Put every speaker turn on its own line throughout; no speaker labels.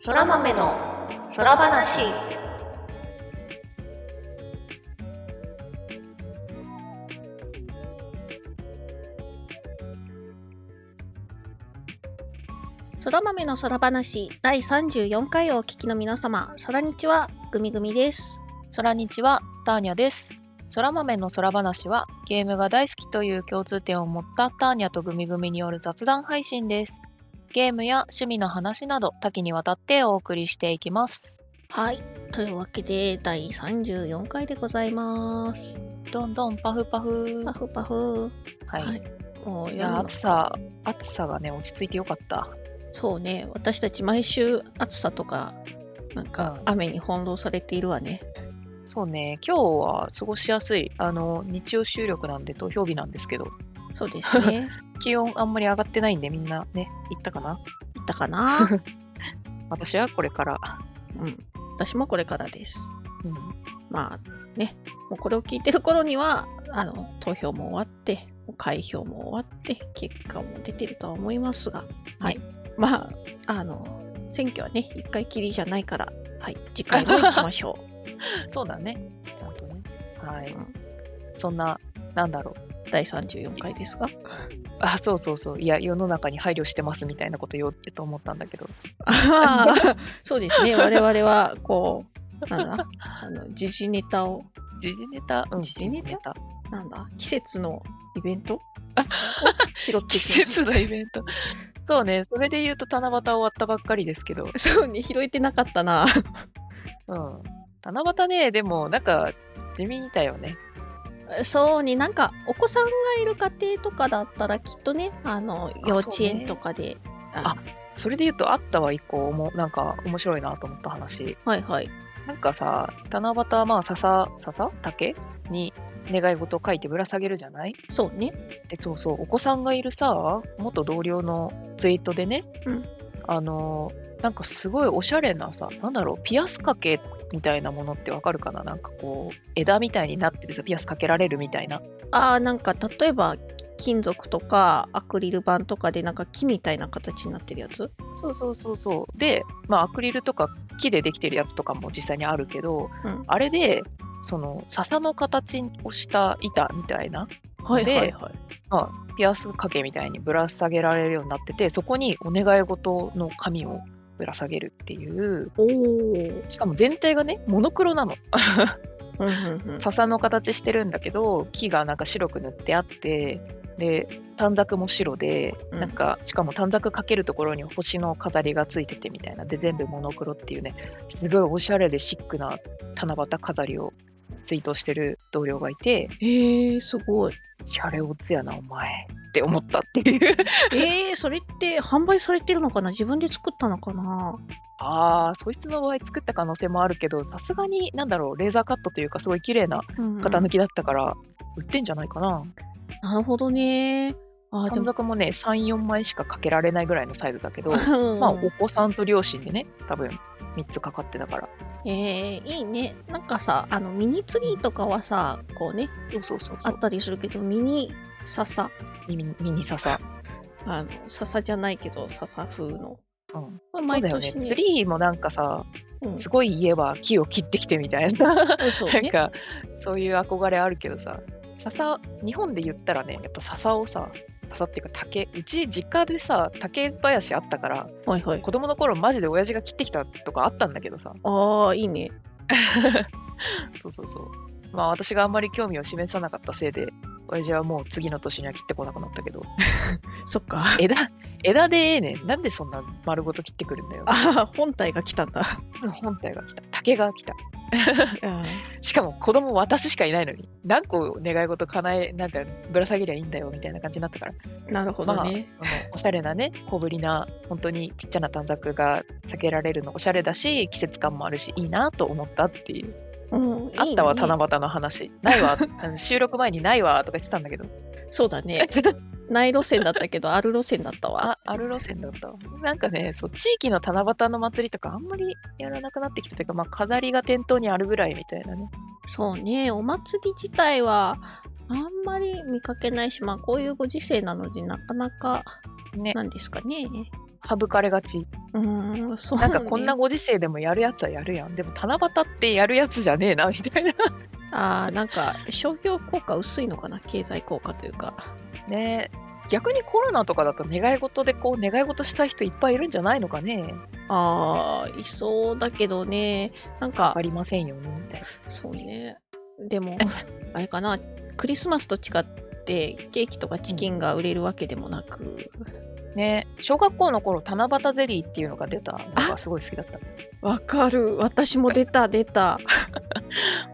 そら豆の空話そら豆の空話第34回をお聞きの皆様そらにちはぐみぐみです
空日はターニャです。空豆の空話はゲームが大好きという共通点を持ったターニャとグミグミによる雑談配信です。ゲームや趣味の話など多岐にわたってお送りしていきます。
はいというわけで第34回でございます
どんどんパフパフ。
パフパフ
はい。
はい
い、
もう
や
や
暑さ暑さがね落ち着いてよかった。
そうね私たち毎週暑さとかなんか
うん
雨に翻弄されているわね
そうね今日は過ごしやすいあの日曜収録なんで投票日なんですけど
そうですね
気温あんまり上がってないんでみんなね行ったかな。
行ったかな
私はこれから。
うん私もこれからです
うん
まあねもうこれを聞いてる頃にはあの投票も終わって開票も終わって結果も出てるとは思いますがはいまああの選挙はね一回きりじゃないからはい次回も行きましょ
そうだね。ちゃんとね。は
う、
い
う。ん
そんな、なんだろう。
第34回ですが
あ、そうそうそう。いや、世の中に配慮してますみたいなこと言おうと思ったんだけど。
あー そうですね我々はこうなんだあの時事ネタを
時事ネタ、うん、
時事ネタ
時事
なんだ季節のイベン トを拾っていきま
季
す
節のイベント。そうね、それで言うと七夕終わったばっかりですけど。
そうね拾えてなかったな
うん。七夕ね、でも、なんか、地味だよね。
そうねなんかお子さんがいる家庭とかだったらきっとねあの
あ
幼稚園とかで、あ
あそれで言うと、あったは一個おも、なんか、面白いなと思った話。
はいはい
なんかさ、七夕、まあ、笹、笹竹に願い事を書いてぶら下げるじゃない
そうね
でそうそうお子さんがいるさ元同僚のツイートでね、
うん
あのなんかすごいおしゃれなさなんだろうピアス掛けみたいなものってわかるかななんかこう枝みたいになっててさピアス掛けられるみたいな
あーなんか例えば金属とかアクリル板とかでなんか木みたいな形になってるやつ
そうそうそうそうで、まあ、アクリルとか木でできてるやつとかも実際にあるけど、
うん
あれでその笹の形をした板みたいな
はい
はい
はい
まあ、ピアス掛けみたいにぶら下げられるようになっててそこにお願い事の紙をぶら下げるっていう
おー
しかも全体がねモノクロなの
うんうんうん
笹の形してるんだけど木がなんか白く塗ってあってで短冊も白で、
うん
なんかしかも短冊かけるところに星の飾りがついててみたいなで全部モノクロっていうねすごいおしゃれでシックな七夕飾りをツイートしてる同僚がいて
えー、すごい
「シャレオツやなお前」って思ったって いう
えー、それって販売されてるのかな自分で作ったのかな
ああそいつの場合作った可能性もあるけどさすがになんだろうレーザーカットというかすごい綺麗な
うん
型抜きだったから、売ってんじゃないかな
なるほどねあーで
短
も
冊もね34枚しかかけられないぐらいのサイズだけど
うん
まあお子さんと両親でね多分3つかかってたから
えー、いいねなんかさあのミニツリーとかはさこうね
そうそうそう
あったりするけどミニ笹
耳に耳に笹、
あの笹じゃないけど笹風の、
うん、
まあ、
そう
毎
だよ
年
ね
ね
ツリーもなんかさ
うん
すごい家は木を切ってきてみたいなな
そうね
んかそういう憧れあるけどさ笹日本で言ったらねやっぱ笹をさ笹っていうか竹うち実家でさ竹林あったから
はいはい
子供の頃マジで親父が切ってきたとかあったんだけどさ
ああいいね
そうそうそう。まあ私があんまり興味を示さなかったせいで、親父はもう次の年には切ってこなくなったけど、
そっか
枝、枝でええねん。なんでそんな丸ごと切ってくるんだよ。
あー本体が来たんだ
本体が来た。竹が来た。
うん
しかも子供私しかいないのに、何個願い事叶え、なんかぶら下げりゃいいんだよみたいな感じになったから、
なるほどね、
あのおしゃれなね、小ぶりな、本当にちっちゃな短冊が避けられるのおしゃれだし、季節感もあるし、いいなと思ったっていう。
うんいいね
あったわ、七夕の話。ないわ、あの収録前にないわとか言ってたんだけど。
そうだ ねない路線だったけどある路線だったわ
あある路線だったわなんかねそう地域の七夕の祭りとかあんまりやらなくなってきたというか、まあ、飾りが店頭にあるぐらいみたいなね
そうねお祭り自体はあんまり見かけないしまあこういうご時世なのでなかなか
ね
なんですかね
省かれがち
うーん、そう
なんかこんな
ね
ご時世でもやるやつはやるやんでも七夕ってやるやつじゃねえなみた いな
ああ、なんか商業効果薄いのかな、経済効果というか。
ね逆にコロナとかだと願い事でこう願い事したい人いっぱいいるんじゃないのかね
ああ、いそうだけどね、なんか
わか、りませんよねみたいな
そうね。で も、あれかな、クリスマスと違って、ケーキとかチキンが売れるわけでもなく、
ね小学校の頃七夕ゼリーっていうのが出たのがすごい好きだった
わ、かる、私も出た、出た。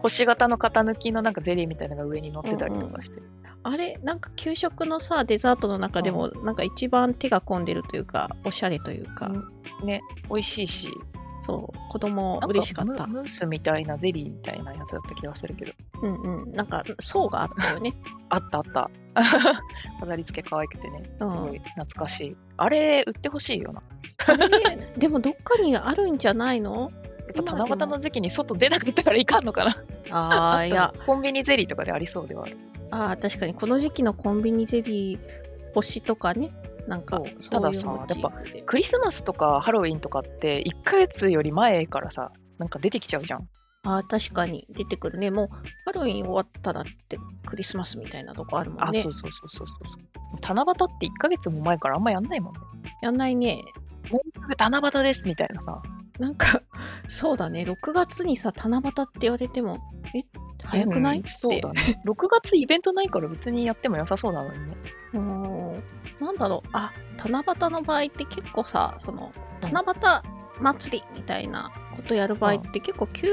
星型の型抜きのなんかゼリーみたいなのが上に乗ってたりとかして、
あれ、なんか給食のさ、デザートの中でも、なんか一番手が込んでるというか、おしゃれというか、
うんね美味しいし
そう、子供
なん
嬉しかった
ム。ムースみたいなゼリーみたいなやつだった気がするけど
うんうん、なんか層があったよね。
あったあった 飾り付け可愛くてねす
うん
ごい懐かしい、あれ売ってほしいよな
ねでもどっかにあるんじゃない の
やっぱ
今でも
七夕の時期に外出なくてからいかんのかな
ああいや
コンビニゼリーとかでありそうではある
あー確かにこの時期のコンビニゼリー星とかねなんか
そう
そういう
ただ
モ
さ
チーフで
クリスマスとかハロウィンとかって1ヶ月より前からさなんか出てきちゃうじゃん
あー確かに出てくるねもうハロウィン終わったらってクリスマスみたいなとこあるもん
あ、
ね
そうそうそうそうそうそう七夕って1ヶ月も前からあんまやんないもんね
やんないね
もうすぐ七夕ですみたいなさ
なんかそうだね6月にさ七夕って言われてもえ早くない、
うん
って
そうだ ね6月イベントないから別にやっても良さそうなのにね
うーんなんだろうあ七夕の場合って結構さその
うん
七夕祭りみたいなことやる場合って結構旧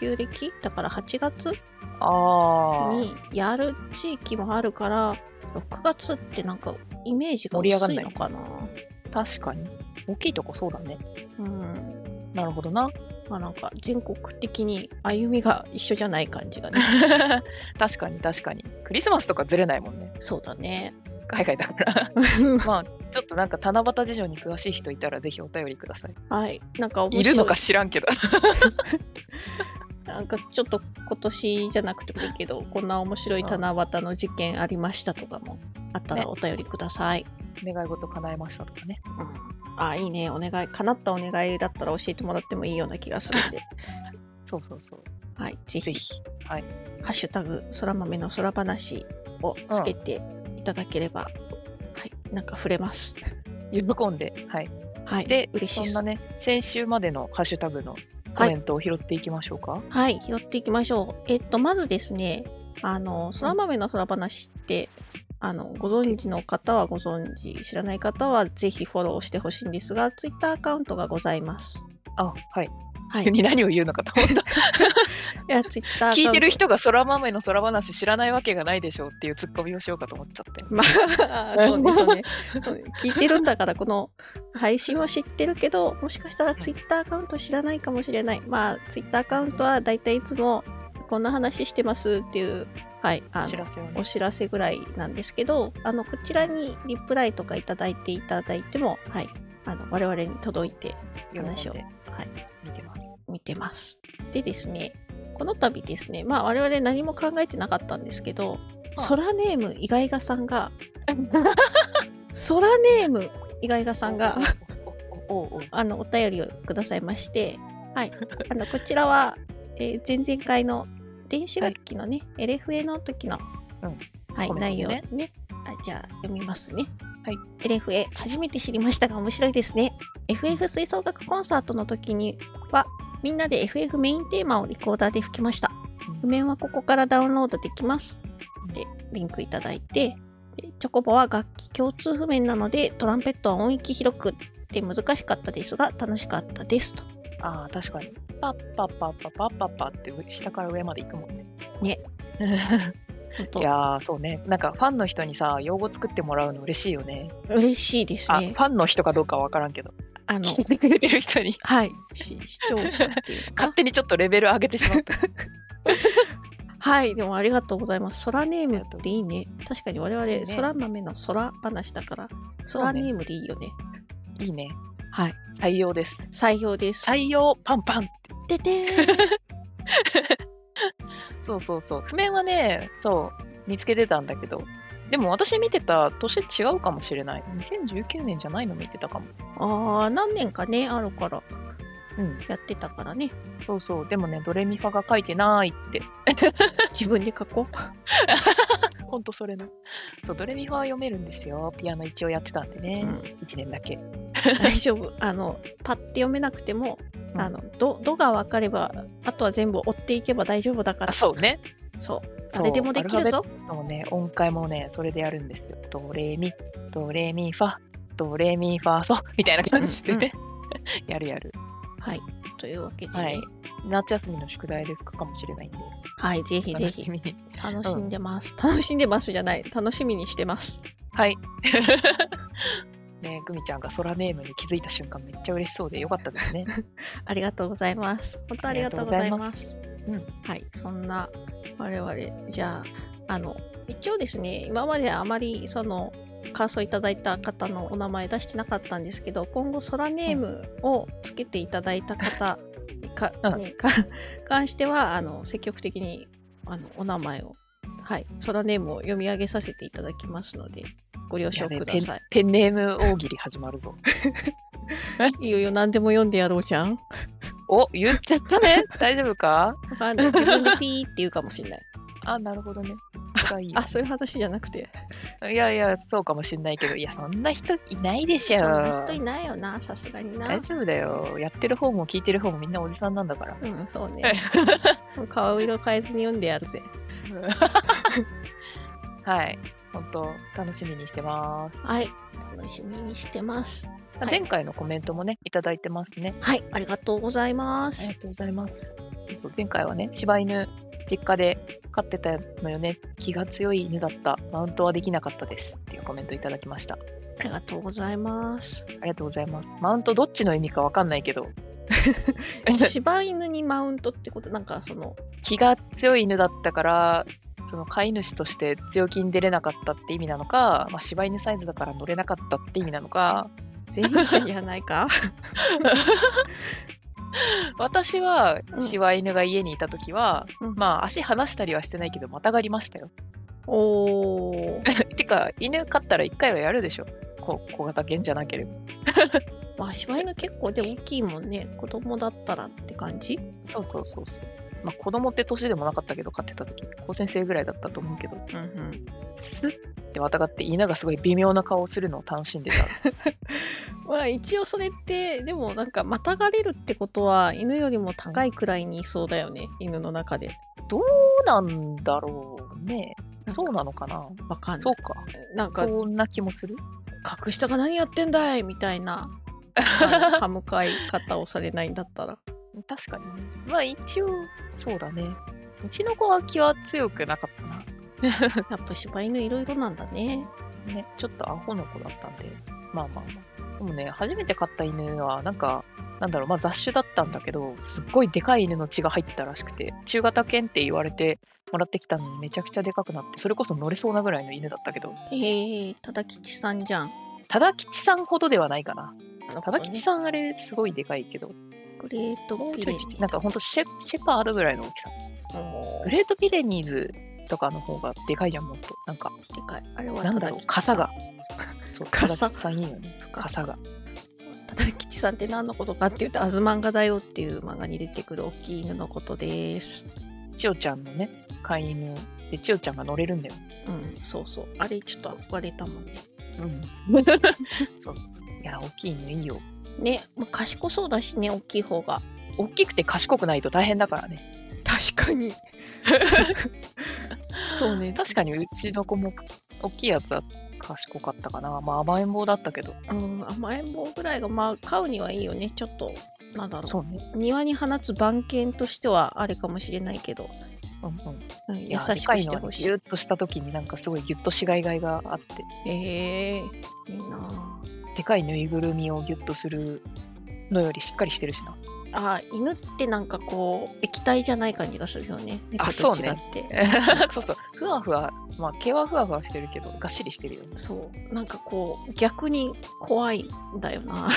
旧暦だから8月
ああ
にやる地域もあるから6月ってなんかイメージが
盛り上が
薄
ん
い
ない
のかな
確かに大きいとこそうだね
うん
なるほど な
まあなんか全国的に歩みが一緒じゃない感じが ね
確かに確かにクリスマスとかずれないもんね
そうだね
海外だから まあちょっとなんか七夕事情に詳しい人いたらぜひお便りください
はいなんか面白
いるのか知らんけど
なんかちょっと今年じゃなくてもいいけど、こんな面白い七夕の事件ありましたとかもあった
ね
らお便りください。
願い事叶えましたとかね
うん、あ、いいね。お願い。叶ったお願いだったら教えてもらってもいいような気がする んで。
そうそうそう
はい。ぜひ、
ぜひはい
ハッシュタグ、そら豆のそら話をつけていただければ、はい。なんか触れます。
喜んではい
はい。
で
嬉しい
そ
で
ん
す
な。ね先週までのハッシュタグのコメントを拾っていきましょうか、
はい、拾っていきましょう。えっと、まずですね、あの、空豆の空話って、あの、ご存知の方はご存知、知らない方はぜひフォローしてほしいんですが、ツイッターアカウントがございます。
あはい
はい。
急
い
に何を言うのか と思った
や、ツイッターアカウント。
聞いてる人が空豆の空話知らないわけがないでしょうっていうツッコミをしようかと思っちゃって
まあ、そうね、そうね。聞いてるんだから、この配信は知ってるけど、もしかしたらツイッターアカウント知らないかもしれない。まあ、ツイッターアカウントはだいたいいつも、こんな話してますっていう、はい、あ
お
の
知、らせをね
お知らせぐらいなんですけど、あの、こちらにリプライとかいただいていただいても、はい、あの、我々に届いて
喜ん
話を
で
はい
見てます
見てます。でですね、この度ですね、まあ我々何も考えてなかったんですけど、ソラネームイガイガさんが、ソラネームイガイガさんが、
おおおおおお
あの、お便りをくださいま して、はい。あの、こちらは、えー前々回の電子楽器のね、LFA の時の、はい、
コメントね
内容ねあ。じゃあ、読みますね。
はい。
LFA、初めて知りましたが面白いですね。FF 吹奏楽コンサートの時には、みんなで FF メインテーマをリコーダーで吹きました。譜面はここからダウンロードできます。で、リンクいただいて、でチョコボは楽器共通譜面なので、トランペットは音域広くって難しかったですが、楽しかったですと。
あー確かにパッパッパッパッパッパッパって下から上まで行くもんね
ね本
い
当、
やーそうねなんかファンの人にさ用語作ってもらうの嬉しいよね
嬉しいです
あフ
ね。
ァンの人かどうかは分からんけど
あ の、
聞いてくれてる人に
はい、し視聴者っていうか
勝。手にちょっとレベル上げてしまった
はい、でもありがとうございます。空ネームっていいね。確かに我
いいね
々、空豆の空話だから、空ネームでいいよね。
いいね
はい、
採用です
採用です。
採用パンパン
ててーん
そうそうそう譜面はねそう見つけてたんだけどでも私見てた年違うかもしれない。2019年じゃないの見てたかも。
ああ、何年かね、あるから、
うん。
やってたからね。
そうそう。でもね、ドレミファが書いてないって。
自分で書こう。
ほんとそれな。そう、ドレミファは読めるんですよ。ピアノ一応やってたんでね。
うん
1年だけ。
大丈夫。あの、パッて読めなくても、
うん
あの、ど、どが分かれば、あとは全部追っていけば大丈夫だから。
あ、そうね。
そう。
そう
誰でもできるぞ。
もうね、音階もね、それでやるんですよ。ドレミ、ドレミファ、ドレミファソみたいな感じでね。 やるやる。
はい。というわけでね、は
はいい。夏休みの宿題で吹くかもしれないんで。
ぜひぜ
楽し
ひ
みに。
楽しんでます、楽しんでますじゃない楽しみにしてます
はい。 ねグミちゃんが空ネームに気づいた瞬間めっちゃ嬉しそうでよかったです ね。
ありがとうございます本当ありがとうございます
りがとうござい
はいそんな我々じゃああの一応ですね今まであまりその感想いただいた方のお名前出してなかったんですけど今後空ネームをつけていただいた方にか
うん
にか関してはあの積極的にあのお名前をはい空ネームを読み上げさせていただきますのでご了承
やべえ
ください
ペンネーム大喜利始まるぞ。
いいよいいよ何でも読んでやろうじゃん。
お言っちゃったね。大丈夫か
わかんない自分でピーって言うかもしれない。
あなるほどね。それはいいよ
あそういう話じゃなくて。
いやいやそうかもしんないけどいやそんな人いないでし
そ
ょ。
んな人いないよなさすがにな
大。丈夫だよ。やってる方も聞いてる方もみんなおじさんなん だから。
うんそうね。もう顔色変えずに読んでやるぜ。
はい。本当楽しみにしてます。
はい楽しみにしてます。はい
前回のコメントもねいただいてますね。
はいありがとうございま
あり
す
が。とうございます。そうそう前回はね、柴犬、実家で飼ってたのよね、気が強い犬だった、マウントはできなかったですっていうコメントいただきました。あ
ありがとうございます。
りがとうございます。マウントどっちの意味かわかんないけど、
柴犬にマウントってことなんかそ の
気が強い犬だったから、その飼い主として強気に出れなかったって意味なのか、まあ、柴犬サイズだから乗れなかったって意味なのか、
前者じゃないか。
私は
うん
柴犬が家にいた時は、
うん
まあ足離したりはしてないけど、またがりましたよ。
おお。
てか、犬飼ったら一回はやるでしょ。こ小型犬じゃなければ。
まあ柴犬結構で大きいもんね子供だったらって感じ。
そうそうそうそう。まあ、子供って年でもなかったけど、飼ってた時、高専生ぐらいだったと思うけど、
うんうん。
スッてまたがって、犬がすごい微妙な顔をするのを楽しんでた。
まあ一応それってでもなんかまたがれるってことは犬よりも高いくらいにいそうだよね犬の中で
そうなんだろうね。そうなのかな。
わかんな
そう
い
か。
なんか
そんな気もする。
格下が何やってんだいみたい なあの歯向かい方をされないんだったら
確かにね。まあ一応、そうだね。うちの子は気は強くなかったな。
やっぱ柴犬いろいろなんだね
ね、ちょっとアホの子だったんで、まあまあまあ。でもね、初めて飼った犬は、なんか、なんだろう、まあ雑種だったんだけど、すっごいでかい犬の血が入ってたらしくて、中型犬って言われてもらってきたのにめちゃくちゃでかくなって、それこそ乗れそうなぐらいの犬だったけど、
えー、ただ吉さんじゃん
ただ吉さんほどではないかな。ただ吉
ん
さんあれすごいでかいけど、
グレート
もう
ピ
ちょ
レ
い
ニ
ちっちゃい
ー
なんかほんとシェシェパードぐらいの大きさ。
お
グ
ー
レートピレニーズとかの方がでかいじゃん、もっと。なんか、
でかいあれは
なんだろう、傘が。そう、ただ
傘
吉さんいいよね。傘が。
ただ吉さんって何のことかって言うと「アズマンガだよ」っていう漫画に出てくる大きい犬のことです
千代ちゃんのね飼い犬で千代ちゃんが乗れるんだよ、
うんそうそうあれちょっと憧れたもんね
うん、 そうそうそういや大きい犬いいよ
ね、まあ、賢そうだしね大きい方が
大きくて賢くないと大変だからね
確か にそうね
確かにうちの子も大きいやつは賢かったかなまあ甘えん坊だったけど
うん、甘えん坊ぐらいがまあ飼うにはいいよねちょっとなんだろ
そうね、
う庭に放つ番犬としてはあれかもしれないけど、
うんうん、
うん、優
いや
しく
でかい
し
の
て
は
ほ
ね
し
ギュッとした時になんかすごいギュッとしがいがいがあって
いへえいいな
でかいぬいぐるみをギュッとするのよりしっかりしてるしな
ああ犬ってなんかこう液体じゃない感じがするよね猫
あ
と
そう
違
ね
って、
そうそうふわふわまあ毛はふわふわしてるけどがっしりしてるよ ね
そうなんかこう逆に怖いんだよな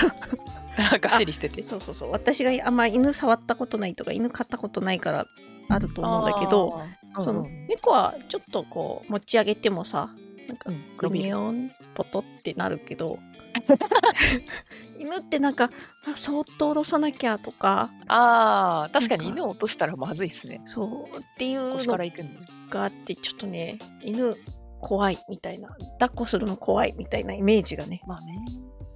がっしりしてて
そうそうそう私があんま犬触ったことないとか犬飼ったことないからあると思うんだけど、
あー、
そ
うん
の
うん
猫はちょっとこう持ち上げてもさなんか
うん
グ
伸び
ミ
る
ョンポトってなるけ ど犬ってなんかあそーっと下ろさなきゃとか
ああ、確かに
なんか
犬を落としたらまずいですね。
そうっていう
腰か
の
ら行くんで。
があってちょっとね犬怖いみたいな抱っこするの怖いみたいなイメージがね
まあね。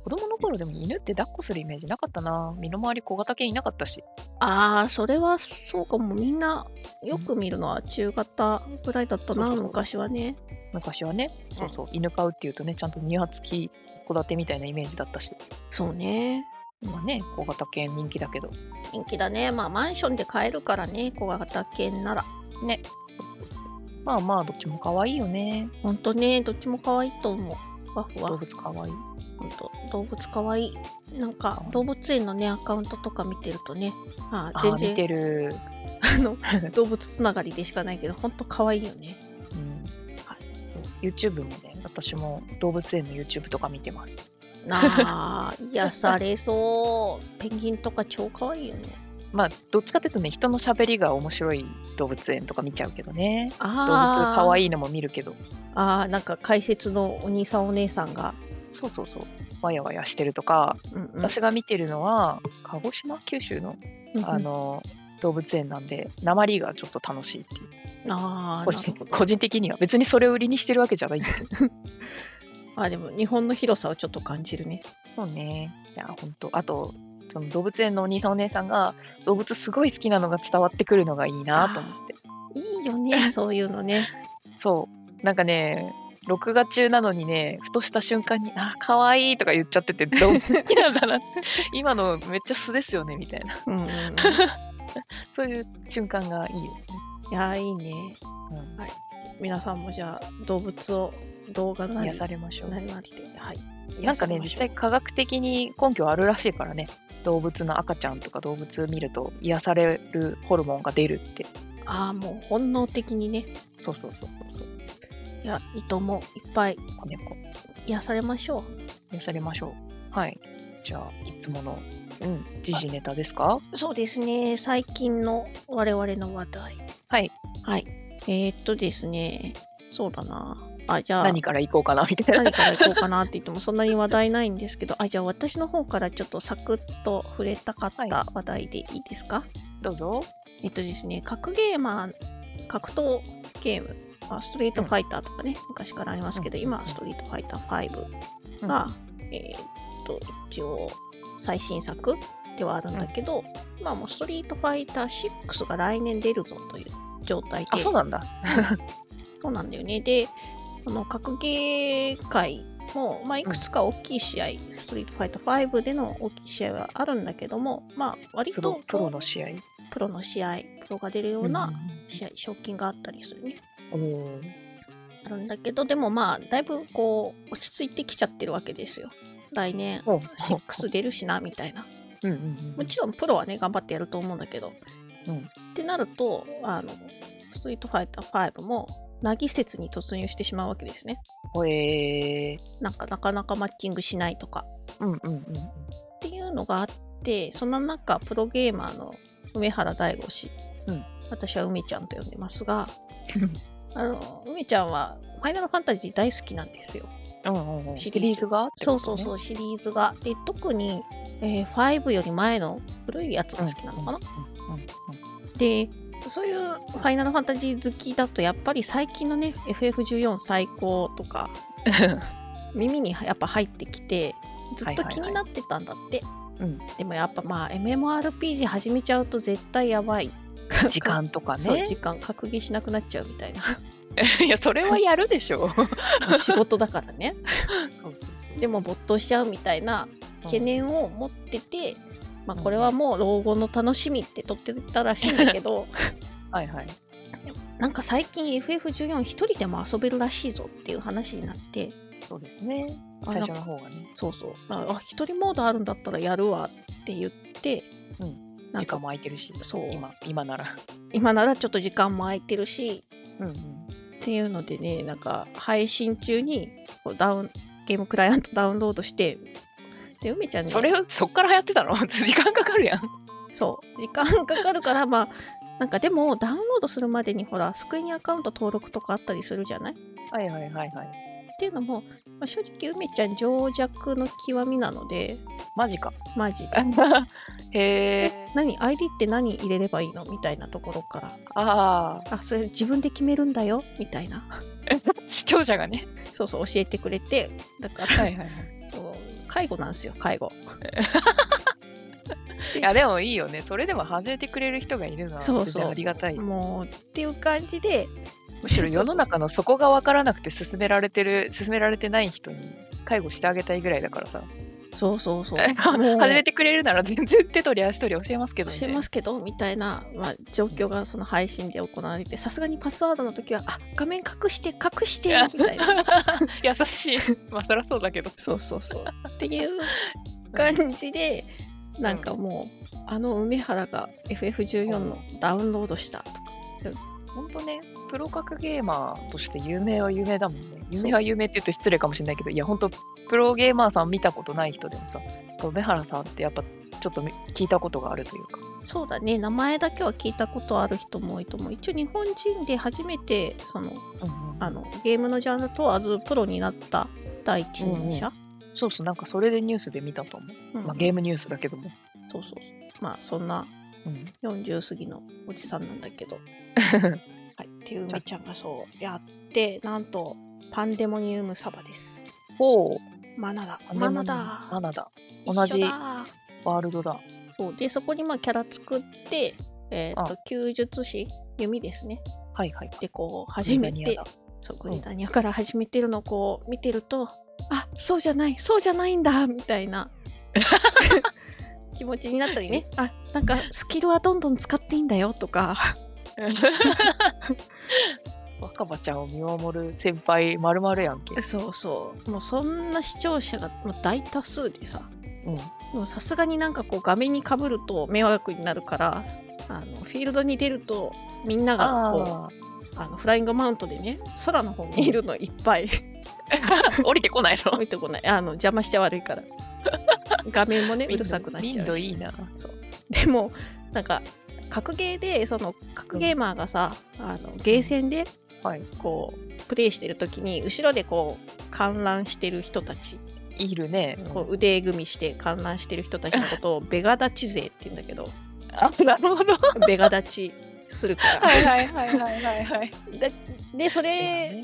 子供の頃でも犬って抱っこするイメージなかったな。身の回り小型犬いなかったし。
ああそれはそうかもみんなよく見るのは中型ぐらいだった
そう
な
そうそう
昔はね
昔はね、そうそう、犬飼うっていうとね、ちゃんと庭付き戸建てみたいなイメージだったし。
そうね
まあね、小型犬人気だけど。
人気だねまあマンションで買えるからね小型犬なら
まあまあ、どっちも可愛いよね。
ほんとねどっちも可愛いと思うふわふ
動
わ
物可愛い。
ほんと動物可愛いなんか動物園のねアカウントとか見てるとねあ
あ
ー全
ー、見
然
てる。
あの動物つながりでしかないけどほんと可愛いよ ね
うん
は
YouTube もね、私も動物園の YouTube とか見てます。
なあ癒されそうペンギンとか超可愛いよね
まあ、どっちかっていうとね、人の喋りが面白い動物園とか見ちゃうけどね。 動物
ああ
可愛いのも見るけど、
あーなんか解説のお兄さんお姉さんが、
そうそうそう、わやわやしてるとか、
うんうん
私が見てるのは、鹿児島、九州の
うんうん
あの動物園なんで、鉛がちょっと楽しいっていう
あ
個人
ーなるほど
個人的には、別にそれを売りにしてるわけじゃないんだけど。
あでも日本の広さをちょっと感じるね
そうね。いや、本当あと、その動物園のお兄さんお姉さんが動物すごい好きなのが伝わってくるのがいいなと思って。
いいよ ねそういうのね
そう。なんかね、録画中なのにね、ふとした瞬間に、あ、可愛いとか言っちゃってて、動物好きなんだな って、今のめっちゃ素ですよね、みたいな。
うんうんうん
そういう瞬間がいいよね。
いやーいいね、
うん
はい皆さんもじゃあ動物を動画なり
癒されましょう。
何なりではい
な
癒
んか
され
ね、
ま
実
しょう
際科学的に根拠あるらしいからね。動物の赤ちゃんとか動物見ると癒されるホルモンが出るって。
ああもう本能的にね
そうそうそうそうそう。
いやいともいっぱい
子猫。
癒されましょう
癒されましょう。はい。じゃあ、いつもの、うん、時事ネタですか
そうですね最近の我々の話題
はい
はいえー、っとですねそうだなあじゃあ
何から行こうかなみたいな
何。からいこうかなって言ってもそんなに話題ないんですけどあじゃあ私の方からちょっとサクッと触れたかっ
はい
た話題でいいですか、
どうぞ。
えっとですね格ゲーマー格闘ゲームまあストリートファイターとかね、昔からありますけど、
うん
今ストリートファイター5が、えーっと一応最新作ではあるんだけど、まあもうストリートファイター6が来年出るぞという状態で
あ、そうなんだ。
そうなんだよねでこの格ゲー界も、まあ、いくつか大きい試合、ストリートファイター5での大きい試合はあるんだけども、まあ、割
プ
と
ロ
こう
プロの試合。
プロの試合プロが出るよう
う
なん試合、賞金があったりするね
おー
あるんだけどでもまあだいぶこう落ち着いてきちゃってるわけですよ来年
おー。
6出るしなみたいな
うんうんう
も
ん。
ちろんプロはね頑張ってやると思うんだけど、
うん
ってなるとあのストリートファイター5もなぎ説に突入してしまうわけですね
おえー。
なんかなかなかマッチングしないとか
うんうんうん。
っていうのがあってその中プロゲーマーの梅原大吾氏、
うん
私は梅ちゃんと呼んでますがあの梅ちゃんは「ファイナルファンタジー」大好きなんですよ。
うんうんうん
シ
シ
リーズ
リーズが。
そうそうそううシリーズが。で特に、えー5より前の古いやつが好きなのかな。
うんうん
でそういう「ファイナルファンタジー」好きだとやっぱり最近のね「FF14 最高」とか耳にやっぱ入ってきてずっと気になってたんだって、
うん
でもやっぱまあ MMORPG 始めちゃうと絶対やばい
時間とか
そう
ね。
時間格ゲーしなくなっちゃうみた いな
いや、それはやるでしょ。そう
仕事だからね
そうそう
でも没頭しちゃうみたいな懸念を持ってて、まあ、これはもう老後の楽しみって取ってたらしいんだけ ど
はいはい。
なんか最近 FF14 一人でも遊べるらしいぞっていう話になって
そうですね。
あ
最
なん
初
か
の方がね、
そうそうああ一人モードあるんだったらやるわって言って、
う
なん
時
か
間も空いてるし、
そう
今、今なら。
今ならちょっと時間も空いてるし
うんうん。
っていうのでねなんか配信中にこうダウンゲームクライアントダウンロードしてで梅ちゃんね
それをそっからやってたの 時間かかるやん。
そう時間かかるからまあなんかでもダウンロードするまでにほらスクエニアカウント登録とかあったりするじゃない
はいはいはいはい。
っていうのも、まあ正直梅ちゃん情弱の極みなので
マジか。
マジで え
へえ。
何 ID って何入れればいいのみたいなところから
ああ、
あそれ自分で決めるんだよみたいな
視聴者がね。
そうそう教えてくれてだから、
はいはいはい。
こう介護なんですよ介護
いやでもいいよね。それでも始めてくれる人がいるのは
そうそう
全然ありがたい。
もうっていう感じで
むしろ世の中の底が分からなくて進められてる進められてない人に介護してあげたいぐらいだからさ
そうそう そうもう
始めてくれるなら全然手取り足取り教えますけどね
教えますけどみたいな、まあ、状況がその配信で行われてさすがにパスワードの時はあ画面隠して隠してみたいな
優しいまあそりゃそうだけど
そうそうそうっていう感じでなんかもうあの梅原が FF14 のダウンロードしたとか
本当ねプロ格ゲーマーとして有名は有名だもんね有名は有名って言うと失礼かもしれないけどいや本当プロゲーマーさん見たことない人でもさ梅原さんってやっぱちょっと聞いたことがあるというか
そうだね名前だけは聞いたことある人も多いと思う一応日本人で初めてその
うんうん
あのゲームのジャンル問わずプロになった第一人者、
そうそうなんかそれでニュースで見たと思う、
うん
まあ、ゲームニュースだけども、
そうそうまあそんな
うん、
40過ぎのおじさんなんだけど、はい、っていう梅ちゃんがそうやってなんとパンデモニウムサバです
ほう
マナだマナだ
マナだ
一緒
同じ
だ
ワールドだ
そうでそこにまあキャラ作ってえーっと弓術師弓ですね
はいはい
でこう初め
グリバニ
て
アだ
そう
う
グ
ん
リタニアから始めてるのをこう見てると、あそうじゃないそうじゃないんだみたいな気持ちになったりねあなんかスキルはどんどん使っていいんだよとか
若葉ちゃんを見守る先輩まるまるやんけ、
そうそうもうそんな視聴者がもう大多数でさ
うん、
もうさすがになんかこう画面にかぶると迷惑になるからあのフィールドに出るとみんながこう
あ
あのフライングマウントでね空の方にいるのいっぱい
ー降りてこない の
置いてこないあの邪魔しちゃ悪いから画面もねうるさくなっ
民
ちゃ
度
う
い
し
いな
でもなんか格ゲーでその格ゲーマーがさ、あのゲーセンで
はい
こうプレイしてる時に後ろでこう観覧してる人たち、
いるね、
こう腕組みして観覧してる人たちのことをベガ立ち勢って言うんだけど
あなるほどは
ベガ立ちする から
いはいはいはいはい はい
ででそれ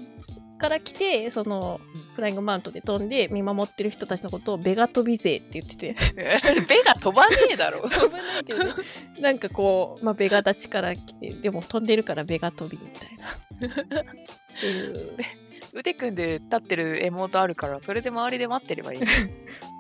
から来てその
うん
フライングマウントで飛んで見守ってる人たちのことをベガ飛び勢って言ってて
ベガ飛ばねえだろ
飛ばないけ どねなんかこう、まあ、ベガ立ちから来てでも飛んでるからベガ飛びみたいな っていう
腕組んで立ってる妹あるからそれで周りで待ってればいい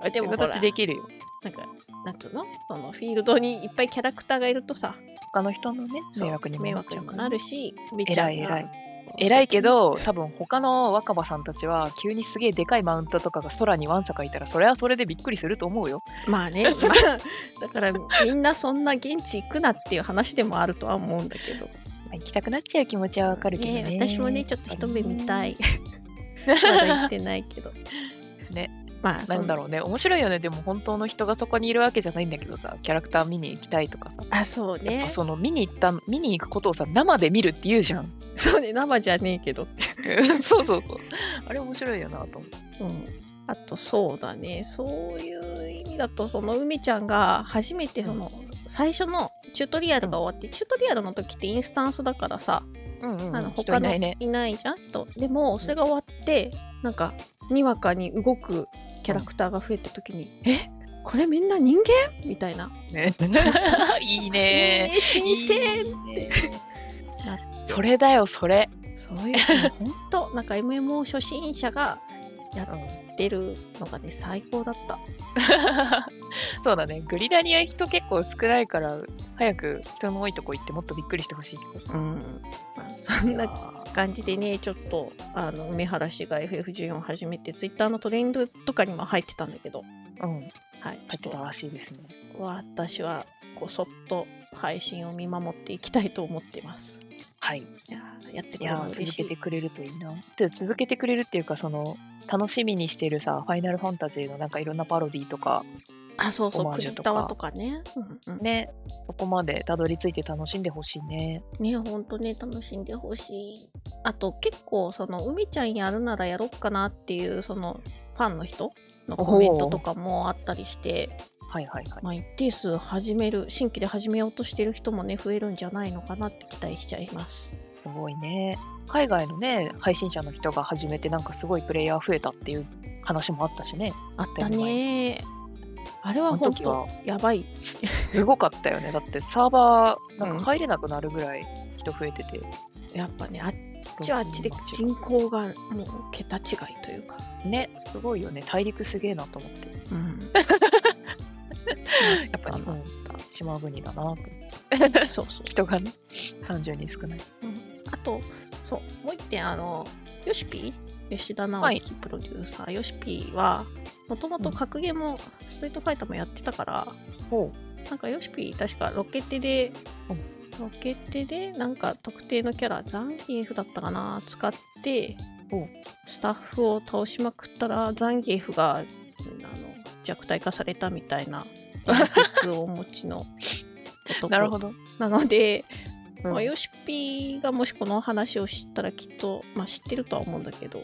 あ でもほら
形できるよ
なんかなんつうのそのフィールドにいっぱいキャラクターがいるとさ
他の人のね
そう
迷惑にも
迷
なっ
惑
ち
に
ゃう
も
から
なるしめちゃ
偉
ん
い
が
偉い
こう
偉いけど多分他の若葉さんたちは急にすげえでかいマウントとかが空にわんさかいたらそれはそれでびっくりすると思うよ
ま あね、まあ、だからみんなそんな現地行くなっていう話でもあるとは思うんだけど
まあ行きたくなっちゃう気持ちはわかるけどね
私もねちょっと一目見た いまだ行ってないけど
ね
まあそ
なんだろうね面白いよねでも本当の人がそこにいるわけじゃないんだけどさキャラクター見に行きたいとかさ
あそう
やっ
ね
ぱその見に行った見に行くことをさ生で見るって言うじ ゃん
そうね生じゃねえけどって
そうそうそうあれ面白いよなと思って
うん、あとそうだねそういう意味だとその梅ちゃんが初めてその、最初のチュートリアルが終わって、チュートリアルの時ってインスタンスだからさ、
うんうん、
あの
人
他
い
の
ないいね
ないじゃんとでもそれが終わってなんかにわかに動くキャラクターが増えた時に「えこれみんな人間?」みた いな
ねい
「い
いね
いね新鮮!」
って それだよそれ、
そういうの本当なんか MMO 初心者が
うん
出るのがね最高だった。
そうだねグリダニア人結構少ないから早く人の多いとこ行ってもっとびっくりしてほしいけ
うんまあ、そん
ど
な感じでねちょっとあの梅原氏が FF14 を始めてツイッターのトレンドとかにも入ってたんだけど、
うん入
はい、
ってたらしいですね
ちょっと私はこうそっと配信を見守っていきたいと思ってます。
はい。
いやーやって
い
くれる
や
の
ー
嬉
続
し
けて
い。
くれるといいな。で続けてくれるっていうかその楽しみにしてるさ「ファイナルファンタジー」のなんかいろんなパロディとか
あ、そう
オ
そう、
マー
ク
ジ
リ
ュと
タ
か
ワとかね。うんうん、
ねそこまでたどり着いて楽しんでほしいね。
ね、ほんとね、楽しんでほしい。あと、結構、その、海ちゃんやるならやろっかなっていう、その、ファンの人のコメントとかもあったりして、
はいはいはい。
まあ、一定数始める、新規で始めようとしてる人もね、増えるんじゃないのかなって期待しちゃいます。
すごいね。海外のね配信者の人が始めてなんかすごいプレイヤー増えたっていう話もあったしね。
あったねあれは
あの
本
時
当
は
やばい。
すごかったよね。だってサーバーなんか入れなくなるぐらい人増えてて。
やっぱね、あっちはあっちで人口がもう桁違いというか。
ねすごいよね大陸すげえなと思って。
うん。
やっぱり、うん島国だなと思って
そうそう。
人がね単純に少ない。
うんあと、そう、もう一点、あの、ヨシピー吉田直樹プロデューサー、ヨシピーは、もともと格ゲーも、ストリートファイターもやってたから、
ほ
なんかヨシピー確かロケテで
うん、
ロケテで、なんか特定のキャラ、ザンギエフだったかな、使って
うん、
スタッフを倒しまくったら、ザンギエフが、あの、弱体化されたみたいな、 説をお持ちの
う
男
なるほど。
なので、
うん
まあ、ヨシピーがもしこの話を知ったらきっと、まあ、知ってるとは思うんだけど、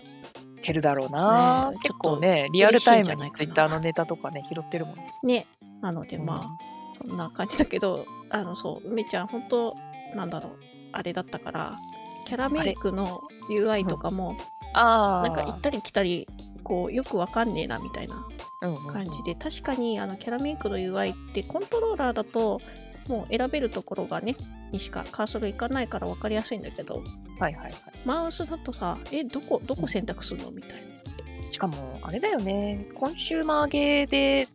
てるだろうな、
ねえ
結構
ち
ねリアルタイ
嬉しいんじ
ム
ゃないか
に
な
ツイッターのネタとかね拾ってるもんね
ね、なのでま
あ
あ、そんな感じだけど、あの、そう、梅ちゃん、本当なんだろう、あれだったから、キャラメイクの UI とかも、
あー
なんか行ったり来たり、こう、よくわかんねえな、みたいな
うんうんうん
感じで、確かに、あの、キャラメイクの UI って、コントローラーだと、もう選べるところがね、にしかカーソルいかないから分かりやすいんだけど、
はいはいは
マウスだとさ、え、どこ、どこ選択するのみたいな。
いしかもあれだよねコンシューマーゲーで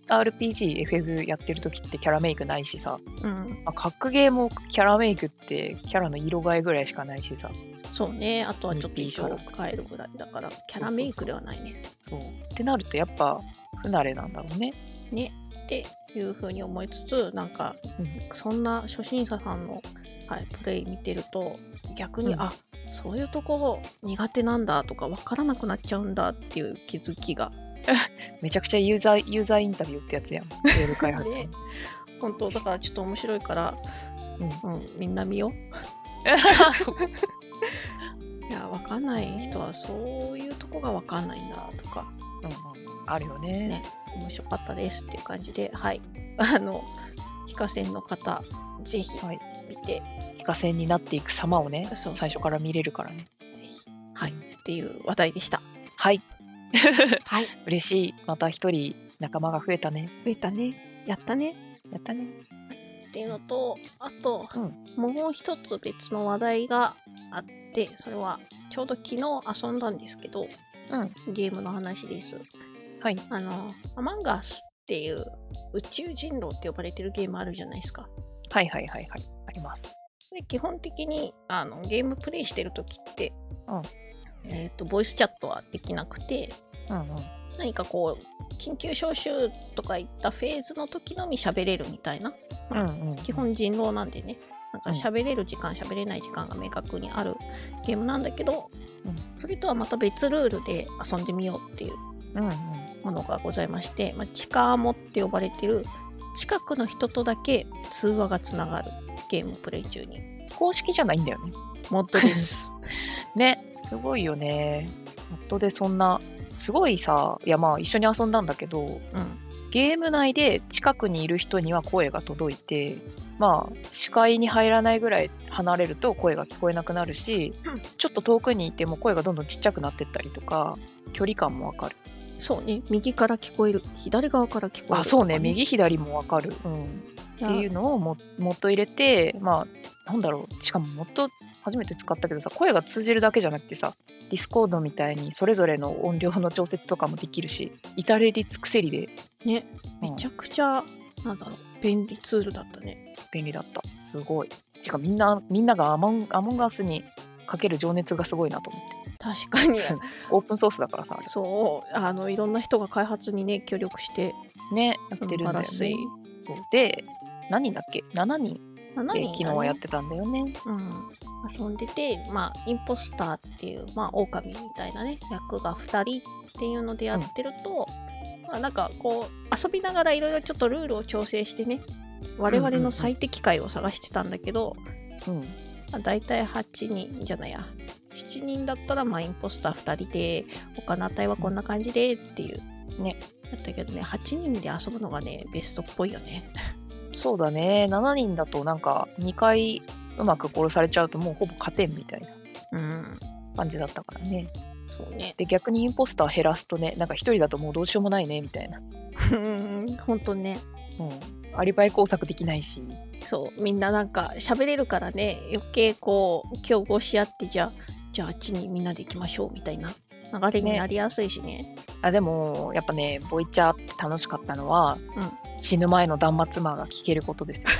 RPGFF やってる時ってキャラメイクないしさ、
うん。
まあ、格ゲーもキャラメイクってキャラの色替えぐらいしかないしさ
そうね、あとはちょっと
うん
衣装を変えるぐらいだから、キャラメイクではないね。
そうってなるとやっぱ不慣れなんだろうね
ね、っていうふうに思いつつ、なんか、
うん
そんな初心者さんの、はい、プレイ見てると、逆に、
うん
あそういうとこ苦手なんだとか、わからなくなっちゃうんだっていう気づきが、
めちゃくちゃユーザーユーザーインタビューってやつやんゲーム開発の
ね 本当、だからちょっと面白いから、うん、みんな見よう。
そこ
いや、わかんない人は、そういうとこがわかんないんだとか、
うんうんあるよね
ね面白かったですっていう感じで、はい。 あの、非課線の方、ぜひ
はい
見て、
非課線になっていく様をね
そうそう
最初から見れるからね
ぜひ。はい。っていう話題で した。
はい
はい。
嬉しいまた一人仲間が増えたね
増えたね。やったね。
やったね
っていうのと、あと、
うん
もう一つ別の話題があって、それはちょうど昨日遊んだんですけど、
うん
ゲームの話です。
はい
あの、アマンガスっていう宇宙人狼って呼ばれてるゲームあるじゃないですか。
はいはいはいはいあります
で基本的にあのゲームプレイしてる時って、
うん
えー、とボイスチャットはできなくて
うんうん
何かこう緊急招集とかいったフェーズの時のみ喋れるみたいな
うんうん
基本人狼なんでねなんか
うん
喋れる時間喋れない時間が明確にあるゲームなんだけど、
う
それとはまた別ルールで遊んでみようっていう
うんうん
ものがございまして、まあ、チカーモって呼ばれてる近くの人とだけ通話がつながるゲームプレイ中に
公式じゃないんだよね
モッドです。
ねすごいよねネットでそんなすごいさいやまあ一緒に遊んだんだけ
う
ど
ん
ゲーム内で近くにいる人には声が届いてまあ視界に入らないぐらい離れると声が聞こえなくなるし、
うん
ちょっと遠くにいても声がどんどんちっちゃくなってったりとか距離感もわかる
そうね、右から聞こえる、左側から聞こえる。
あそうね右左もわかる、うん、っていうのをももっと入れてまあなんだろうしかももっと初めて使ったけどさ声が通じるだけじゃなくてさディスコードみたいにそれぞれの音量の調節とかもできるし至れり尽くせりで
ね、
うん
めちゃくちゃ、なんだろう、便利ツールだったね。
便利だったすごいてかみんなみんながアモンアモンガスにかける情熱がすごいなと思って
確か に。
オープンソースだからさあれ
そう、あの、いろんな人が開発にね、協力して、
ねや
素
ってるん
晴
だよ
ら
ね
しい。
そうで何人だっけ ?7 人
7人が
で
ね
昨日はやってたんだよね。
うん、遊んでて、まあ、インポスターっていう、まあ、狼みたいなね、役が2人っていうのでやってると、まあ、なんかこう、遊びながらいろいろちょっとルールを調整してね、我々の最適解を探してたんだけど、
うん。
まあ、大体8人じゃないや、7人だったら、まあ、インポスター2人で、他の値はこんな感じでっていう。
ね。
だったけどね、8人で遊ぶのがね、ベストっぽいよね。
そうだね。7人だとなんか2回うまく殺されちゃうともうほぼ勝てんみたいな
うん。
感じだったからね。
そうね。
で、逆にインポスター減らすとね、なんか1人だともうどうしようもないねみたいな。
本当ね。
うん。アリバイ工作できないし。
そうみんななんか喋れるからね余計こう競合し合ってじゃあじゃああっちにみんなで行きましょうみたいな流れになりやすいしね
あでもやっぱねボイチャーって楽しかったのは、
う
死ぬ前の断末魔が聞けることですよ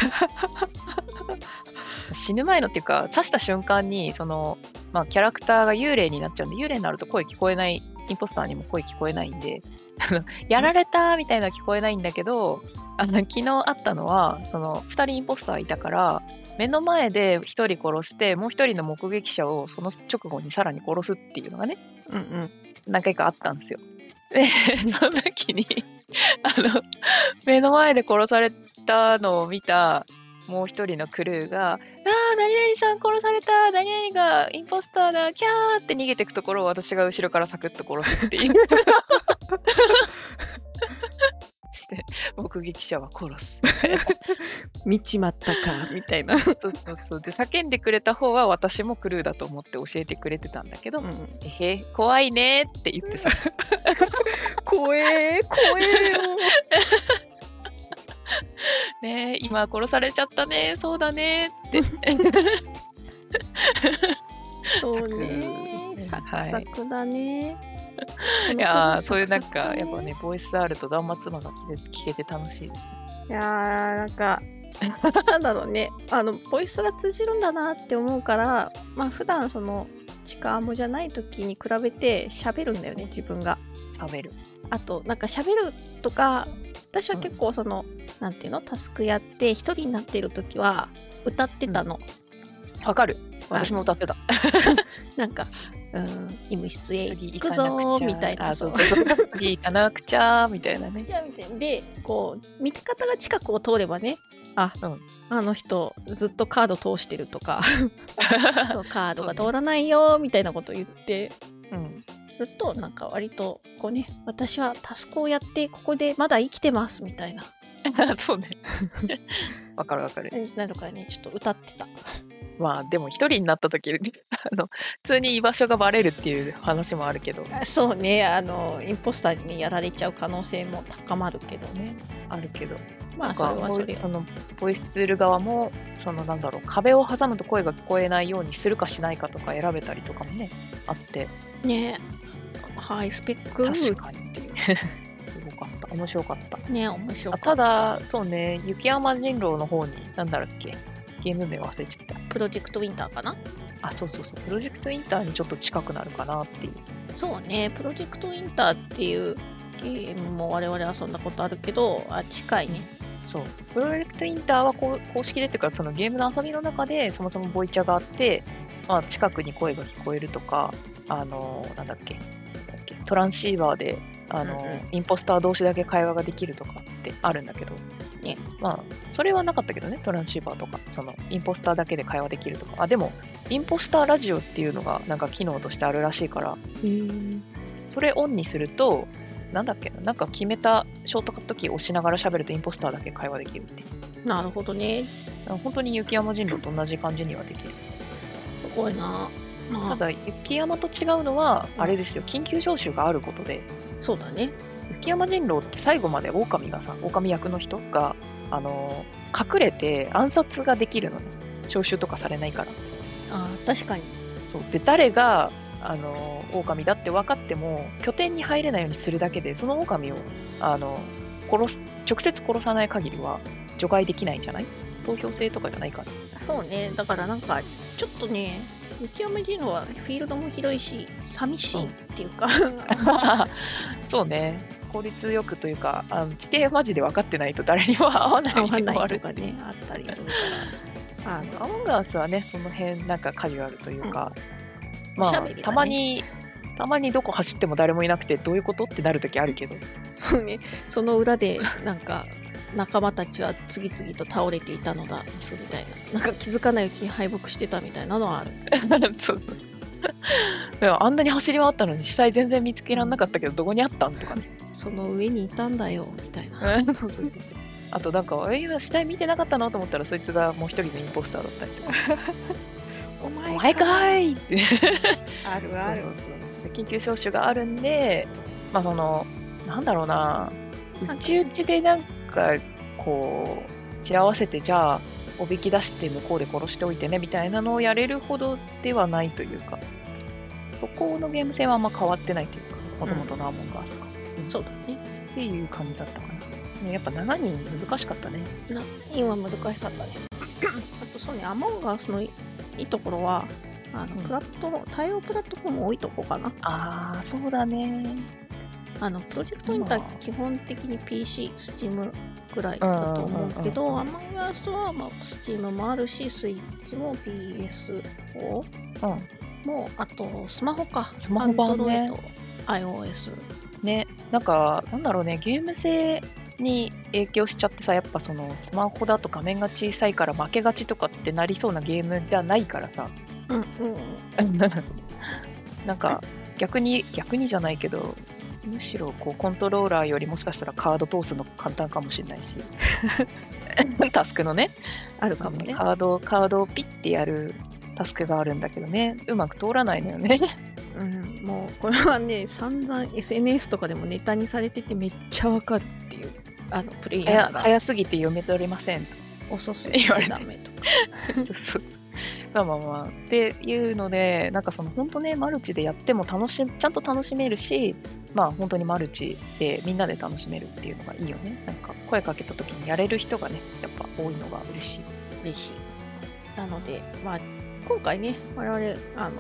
死ぬ前のっていうか刺した瞬間にその、まあ、キャラクターが幽霊になっちゃうんで幽霊になると声聞こえないインポスターにも声聞こえないんであのやられたみたいなのは聞こえないんだけどあの昨日あったのはその2人インポスターいたから目の前で1人殺してもう1人の目撃者をその直後にさらに殺すっていうのがね
うんうん
何回かあったんですよ。で その時にあの目の前で殺されたのを見たもう一人のクルーが「ああ何々さん殺された何々がインポスターだキャー」って逃げてくところを私が後ろからサクッと殺すっていう。して目撃者は殺すみたいな
見ちまったかみたいな、う
そうそうそうで叫んでくれた方は私もクルーだと思って教えてくれてたんだけど「
ん、
えへ怖いね」って言ってさした
怖え怖えよ
ねえ今殺されちゃったねそうだねって
そうねサ
は
ク
い
サクだね、
いやー
サ
そうい
ク
うな
サ
ん
クだ
か
ね
やっぱねボイスあると断末魔が聞け聞けて楽しいですね
いやーなんか なんだろうねあのボイスが通じるんだなって思うからまあ普段そのチカアモじゃない時に比べて喋るんだよね自分が
喋る
あとなんか喋るとか私は結構その、なんていうのタスクやって一人になっている時は歌ってたの、
わかる私も歌ってた
なんか「うーん医務室へ
次
行
行
く
か
ぞ
なく」ちゃ
みたいな
あそうそうそう次行かなくちゃみたいな ね
じゃあみたいなでこう見方が近くを通ればねあ、
うん
あの人ずっとカード通してるとか そうカードが
そうね
通らないよみたいなこと言って
うん
するとなんか割とこうね私はタスクをやってここでまだ生きてますみたいな
そうねわかるわかる
感じなのかねちょっと歌ってた
まあでも一人になった時にあの普通に居場所がバレるっていう話もあるけど
あそうねあのインポスターにやられちゃう可能性も高まるけどね
あるけど
ま
な
あ
ん
そ
か
れはそれ
そ
よ
のボイスツール側もそのなんだろう壁を挟むと声が聞こえないようにするかしないかとか選べたりとかもねあって
ねハイスペック
確かに すごかった面白かった
ね面白
あ
か
た
った
だそうね雪山人狼の方になんだろうっけゲーム名忘れちゃっ
プロジェクトウィンターかな
たあそうそうそうプロジェクトインターにちょっと近くなるかなっていう
そうねプロジェクトウィンターっていうゲームも我々遊んだことあるけどあ近いね
そうプロジェクトインターはこう公式でっていうかそのゲームの遊びの中でそもそもボイチャがあって、まあ、近くに声が聞こえるとかあのーなんだっけなんだっけトランシーバーであのー、
うんうん
インポスター同士だけ会話ができるとかってあるんだけど、
ね
まあそれはなかったけどねトランシーバーとかそのインポスターだけで会話できるとかあでもインポスターラジオっていうのがなんか機能としてあるらしいからそれオンにするとなんだっけななんか決めたショートカットキーを押しながら喋るとインポスターだけ会話できるって
なるほどね
本当に雪山人狼と同じ感じにはできる
すごいなま
た
あ
だ雪山と違うのはあれですよ緊急招集があることで
そうだね
雪山人狼って最後まで狼がさ狼役の人があのー隠れて暗殺ができるのね招集とかされないから
あ確かに
そうで誰があのー狼だって分かっても拠点に入れないようにするだけでその狼をあの殺す直接殺さない限りは除外できないんじゃない投票制とかじゃないから
そうねだからなんかちょっとね雪山人 狼はフィールドも広いし寂しいっていうか、
そうね効率よくというかあの地形マジで分かってないと誰にも合わない
合わないと
る
かねあったりするからあの
アモンガースはねその辺なんかカジュアルというか、
うん
ま
おしゃ
あ、
べりはね
たまにたまにどこ走っても誰もいなくてどういうことってなる時あるけど
そうねその裏でなんか仲間たちは次々と倒れていたのだみた
そうそうそう
いななんか気づかないうちに敗北してたみたいなのはある
そうそうそうでもあんなに走り回ったのに死体全然見つけられなかったけどどこにあったんとかね
その上にいたんだよみたいな
そうそうそうそう あとなんか「え今死体見てなかったの?」と思ったらそいつがもう一人のインポスターだったりとか
お
「お前かい!」って
あるある
そうそう緊急招集があるんでまあそのなんだろうな
なんか
うちうちでなんかこう散らわせてじゃあおびき出して向こうで殺しておいてねみたいなのをやれるほどではないというかそこのゲーム性はあんま変わってないというかもともとのアーモンガースか、
そうだね
っていう感じだったかなねやっぱ7人難しかったね
な今難しかったねあとそうねアモンガースのいいいところはあの
うん
プラットフォーム対応プラットフォーム多いとこかな
ああそうだね
あのプロジェクトインタ
まあ
ー基本的に PC、Steam ぐらいだと思うけ
うん
ど、
うん
アマンガースは、まあ、Steam もあるし、スイッチも PS4
うん
も、あとスマホか、
スマホ版ね
Android、iOS。
ねなんかなんだろうねゲーム性に影響しちゃってさやっぱそのスマホだと画面が小さいから負けがちとかってなりそうなゲームじゃないか らさ
うんうん
なんか逆に逆にじゃないけどむしろこうコントローラーよりもしかしたらカード通すの簡単かもし れないしタスクのね
あるかもね。
カードカードをピッてやるタスクがあるんだけどねうまく通らないのよね
うん、もう、これはね、 散々 SNS とかでもネタにされてて、めっちゃわかるって いう、あの、プレイ
早
ヤーが
早すぎて読み取れません
遅すぎ
言わ
て
れた
ダメとか。
そうまあまあまあっていうのでなんかその本当ねマルチでやっても楽しちゃんと楽しめるしまあ本当にマルチでみんなで楽しめるっていうのがいいよねなんか声かけた時にやれる人がねやっぱ多いのが嬉しい
嬉しいなので、まあ、今回ね我々あの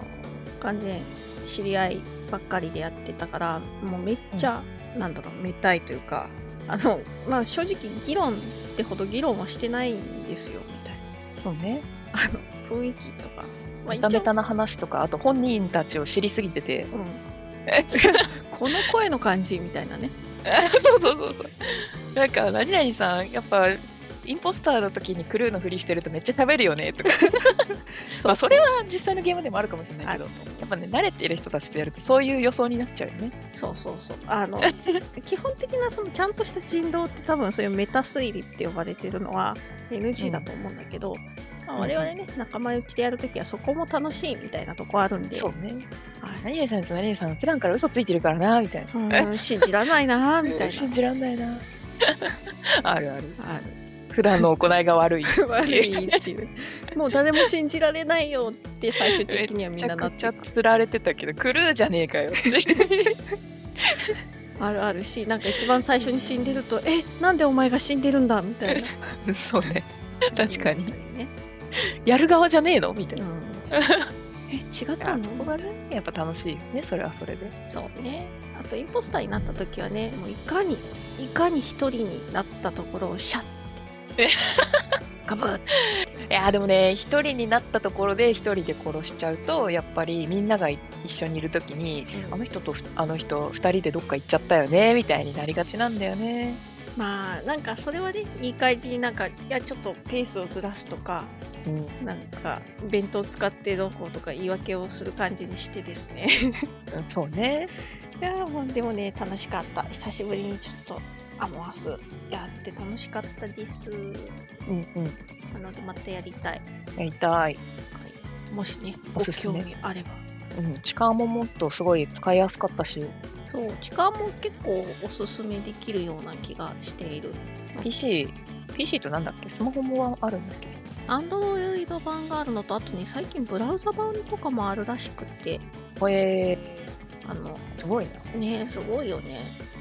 完全知り合いばっかりでやってたからもうめっちゃ、なんだろうめたいというかあの、まあ、正直議論ってほど議論はしてないんですよみたいな
そうね
あの雰囲気とか、まあ、
メ
一応
タメタな話とかあと本人たちを知りすぎてて
うん、 この声の感じみたいなね
そうそうそうそうなんか何々さんやっぱインポスターの時にクルーのふりしてるとめっちゃ喋るよねとか
そ
まあそれは実際のゲームでもあるかもしれない
あ
け
る
どやっぱね慣れている人たちとやるとそういう予想になっちゃうよね
そうそうそうあ の基本的なそのちゃんとした人狼って多分そういうメタ推理って呼ばれてるのは NG だと思うんだけど、まあ我々ね仲間内でやるときはそこも楽しいみたいなとこあるんで
そうね。あ何々さんと何々さん、普段から嘘ついてるからな、みたいな。
うーん信じられないなーみたい
信じらんないな。あるある。
なあ
普段の行いが悪い。
る悪いっていうもう誰も信じられないよって最終的にはみんなな
め
っ
ち
て
ゃくちゃ釣られてたけど、クルーじゃねえかよって。
あるあるしなんか一番最初に死んでるとえなんでお前が死んでるんだみたいな
そうね。 確かに。
ね、
やる側じゃねえのみたいうな。
ん、え違った
あ
の
そこがね、やっぱ楽しいよね、それはそれで。
そうねあとインポスターになった時はねもういかにいかに一人になったところをシャッて
え
ガブッ
いやでもね一人になったところで一人で殺しちゃうとやっぱりみんなが一緒にいる時に、
うん
あの人とふあの人二人でどっか行っちゃったよねみたいになりがちなんだよね。
まあなんかそれはねいい感じになんかいやちょっとペースをずらすとか
うん
なんか弁当使ってどうこうとか言い訳をする感じにしてですね
そうね。
いやーもうでもね楽しかった久しぶりにちょっとアモアスやって楽しかったです
うんうん。
なのでまたやりたい、
やりたい。
はい、もしねご
おすす
興
め
味あれば
うん。時間ももっとすごい使いやすかったし、
そう時間も結構おすすめできるような気がしている
PC、PC となんだっけ、スマホもあるんだっけ。
アンドロイド版があるのとあとね最近ブラウザ版とかもあるらしくて
これ
あの
すごいな。
ねすごいよね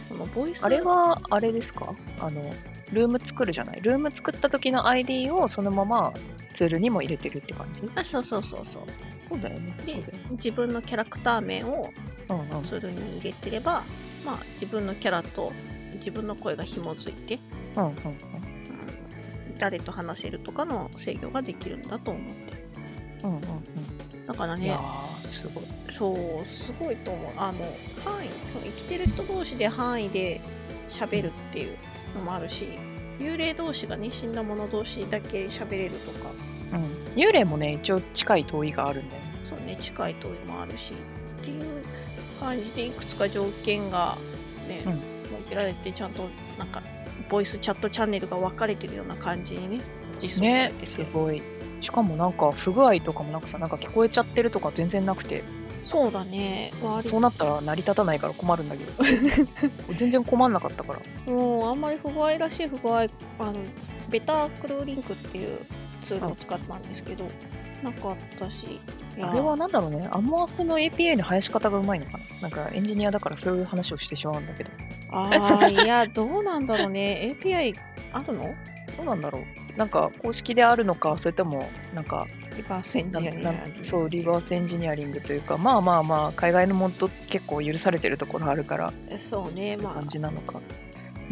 このボイス
あれはあれですか？あのルーム作るじゃない。ルーム作った時の ID をそのままツールにも入れてるって感じ？
あそうそうそうそう
そうだよね。
で
そうだよね
自分のキャラクター名を
うんうん。
ツールに入れてれば、まあ、自分のキャラと自分の声が紐づいて、
うんうんうん
うん、誰と話せるとかの制御ができるんだと思って
うんうん
だから
うんいや
ね
ーすごい
そうすごいと思うあの範囲その生きてる人同士で範囲で喋るっていうのもあるし幽霊同士がね死んだ者同士だけ喋れるとか
うん、幽霊もね一応近い遠いがあるんだよね
そうね近い通りもあるしっていう感じでいくつか条件がね、
うん
設けられてちゃんとなんかボイスチャットチャンネルが分かれてるような感じにね実装され
ね
てて、
すごいしかもなんか不具合とかもなくさなんか聞こえちゃってるとか全然なくて
そうだね割
そうなったら成り立たないから困るんだけ どさ全然困んなかったから
もうあんまり不具合らしい不具合あのベタクルーリンクっていうツールを使ったんですけど、なかったしいや
あれはなんだろうねアモアスの APA の生やし方がうまいのかななんかエンジニアだからそういう話をしてしまうんだけど
あーいやどうなんだろうね API あるの
どうなんだろうなんか公式であるのかそれともなんか
リバーセン
な
ジニ
な
ア
そうリバースエンジニアリングというかまあまあまあ海外のモッド結構許されてるところあるから
そうねまあ
感じなのか、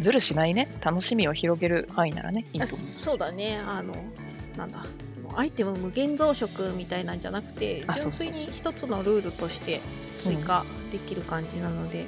ずるしないね楽しみを広げる範囲ならねいい
あ
と思う
そうだねあのなんだもうアイテム無限増殖みたいなんじゃなくて
あそ
純
うそう
粋に一つのルールとして追加できる感じなので、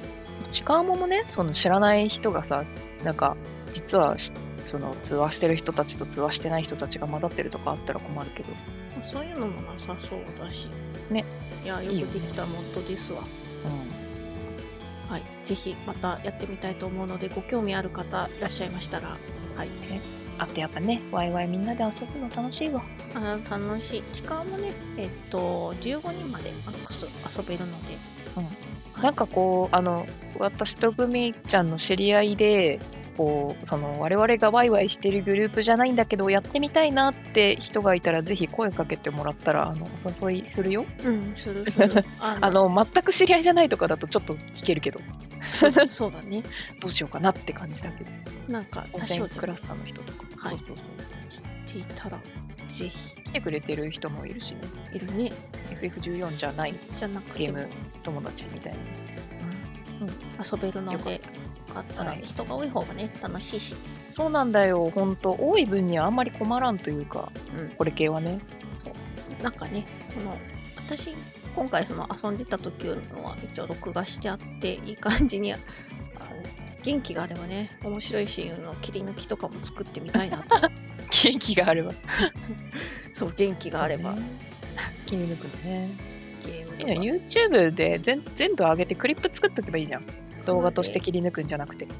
チカーモもねその知らない人がさなんか実はしその通話してる人たちと通話してない人たちが混ざってるとかあったら困るけど
まあそういうのもなさそうだし
ね
いやよ
いいよ
く
ね
できたモッドですわ
う
はい、ぜひまたやってみたいと思うのでご興味ある方いらっしゃいましたら、はい、
ん、あとやっぱねワイワイみんなで遊ぶの楽しいわ
あー楽しい時間もねえっと15人までマックス遊べるので
なんかこうあの私とグミちゃんの知り合いでこうその我々がワイワイしてるグループじゃないんだけどやってみたいなって人がいたらぜひ声かけてもらったらあのお誘いするよ
うんするす るあ
あの全く知り合いじゃないとかだとちょっと聞けるけど
そうそうだね
どうしようかなって感じだけど
なんか
温
多少
泉
で
ク
も
ラスターの人とか、
はい
そうそうそう
聞いたらぜひ
来てくれてる人もいるしね
いるね
FF14 じゃない
じゃなく
ゲ
て
ー
も
ム友達みたいな
遊べるの
よかっ
でよかったら
はい
人が多い方がね楽しいし、
そうなんだよほんと多い分にはあんまり困らんというかこれ系はね
うん、なんかねこの私今回その遊んでた時のは一応録画してあっていい感じにあの元気があればね面白いシーンの切り抜きとかも作ってみたいな と
元気があれば
そう元気があれば、
そうね気に抜くのね
ゲーム
い
と
い
か
の YouTube で全全部上げてクリップ作っとけばいいじゃん動画として切り抜くんじゃなくて
ク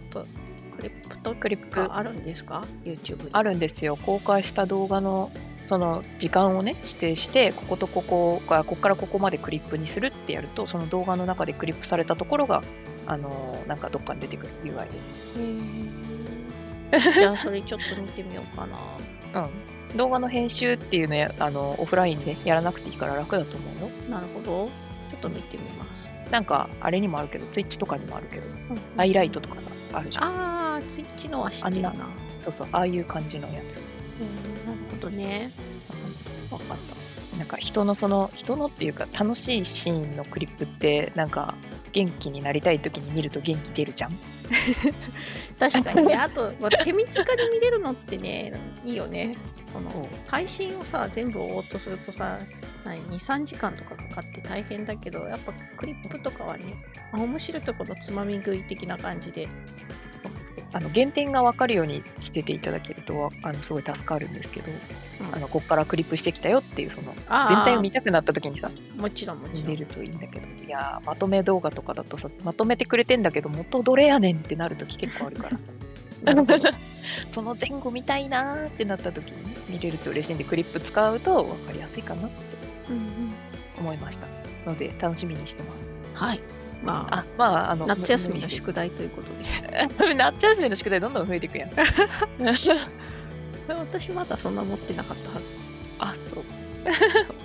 リップと
クリップ
かあるんですか YouTube に
あるんですよ公開した動画のその時間をね指定してこことここがここからここまでクリップにするってやるとその動画の中でクリップされたところがあのーなんかどっかに出てくる UI で、
へ ーじゃあそれちょっと見てみようかな
うん、動画の編集っていうのやあのーオフラインでやらなくていいから楽だと思うよ
なるほどちょっと見てみます
なんかあれにもあるけど Twitch とかにもあるけどハイライトとかさあるじゃん
ああツイッチのは知ってるな
あんそうそうああいう感じのやつ
うんなるほどねわかった
なんか人のその人のっていうか楽しいシーンのクリップってなんか元気になりたい時に見ると元気出るじゃん
確か にねあと、まあ手短に見れるのってねいいよねこの配信をさ全部追おうとするとさ23時間とかかかって大変だけどやっぱクリップとかはねあ面白いとこのつまみ食い的な感じで
あの原点が分かるようにしてていただけるとあのすごい助かるんですけど、
うん
あのこっからクリップしてきたよっていうその
あー
全体を見たくなった時にさ
もちろんもち
見
ろん
れるといいんだけどいやーまとめ動画とかだとさまとめてくれてんだけど元どれやねんってなる時結構ある から
なるほど
その前後見たいなーってなった時にね見れると嬉しいんでクリップ使うと分かりやすいかなって思いましたので楽しみにしてます。
はいまあ
あ、まあ、あの
夏休みの
無
宿題ということで
無理して 夏休みの宿題どんどん増えていくやん。
私まだそんな持ってなかったはず
あ、そう。
そう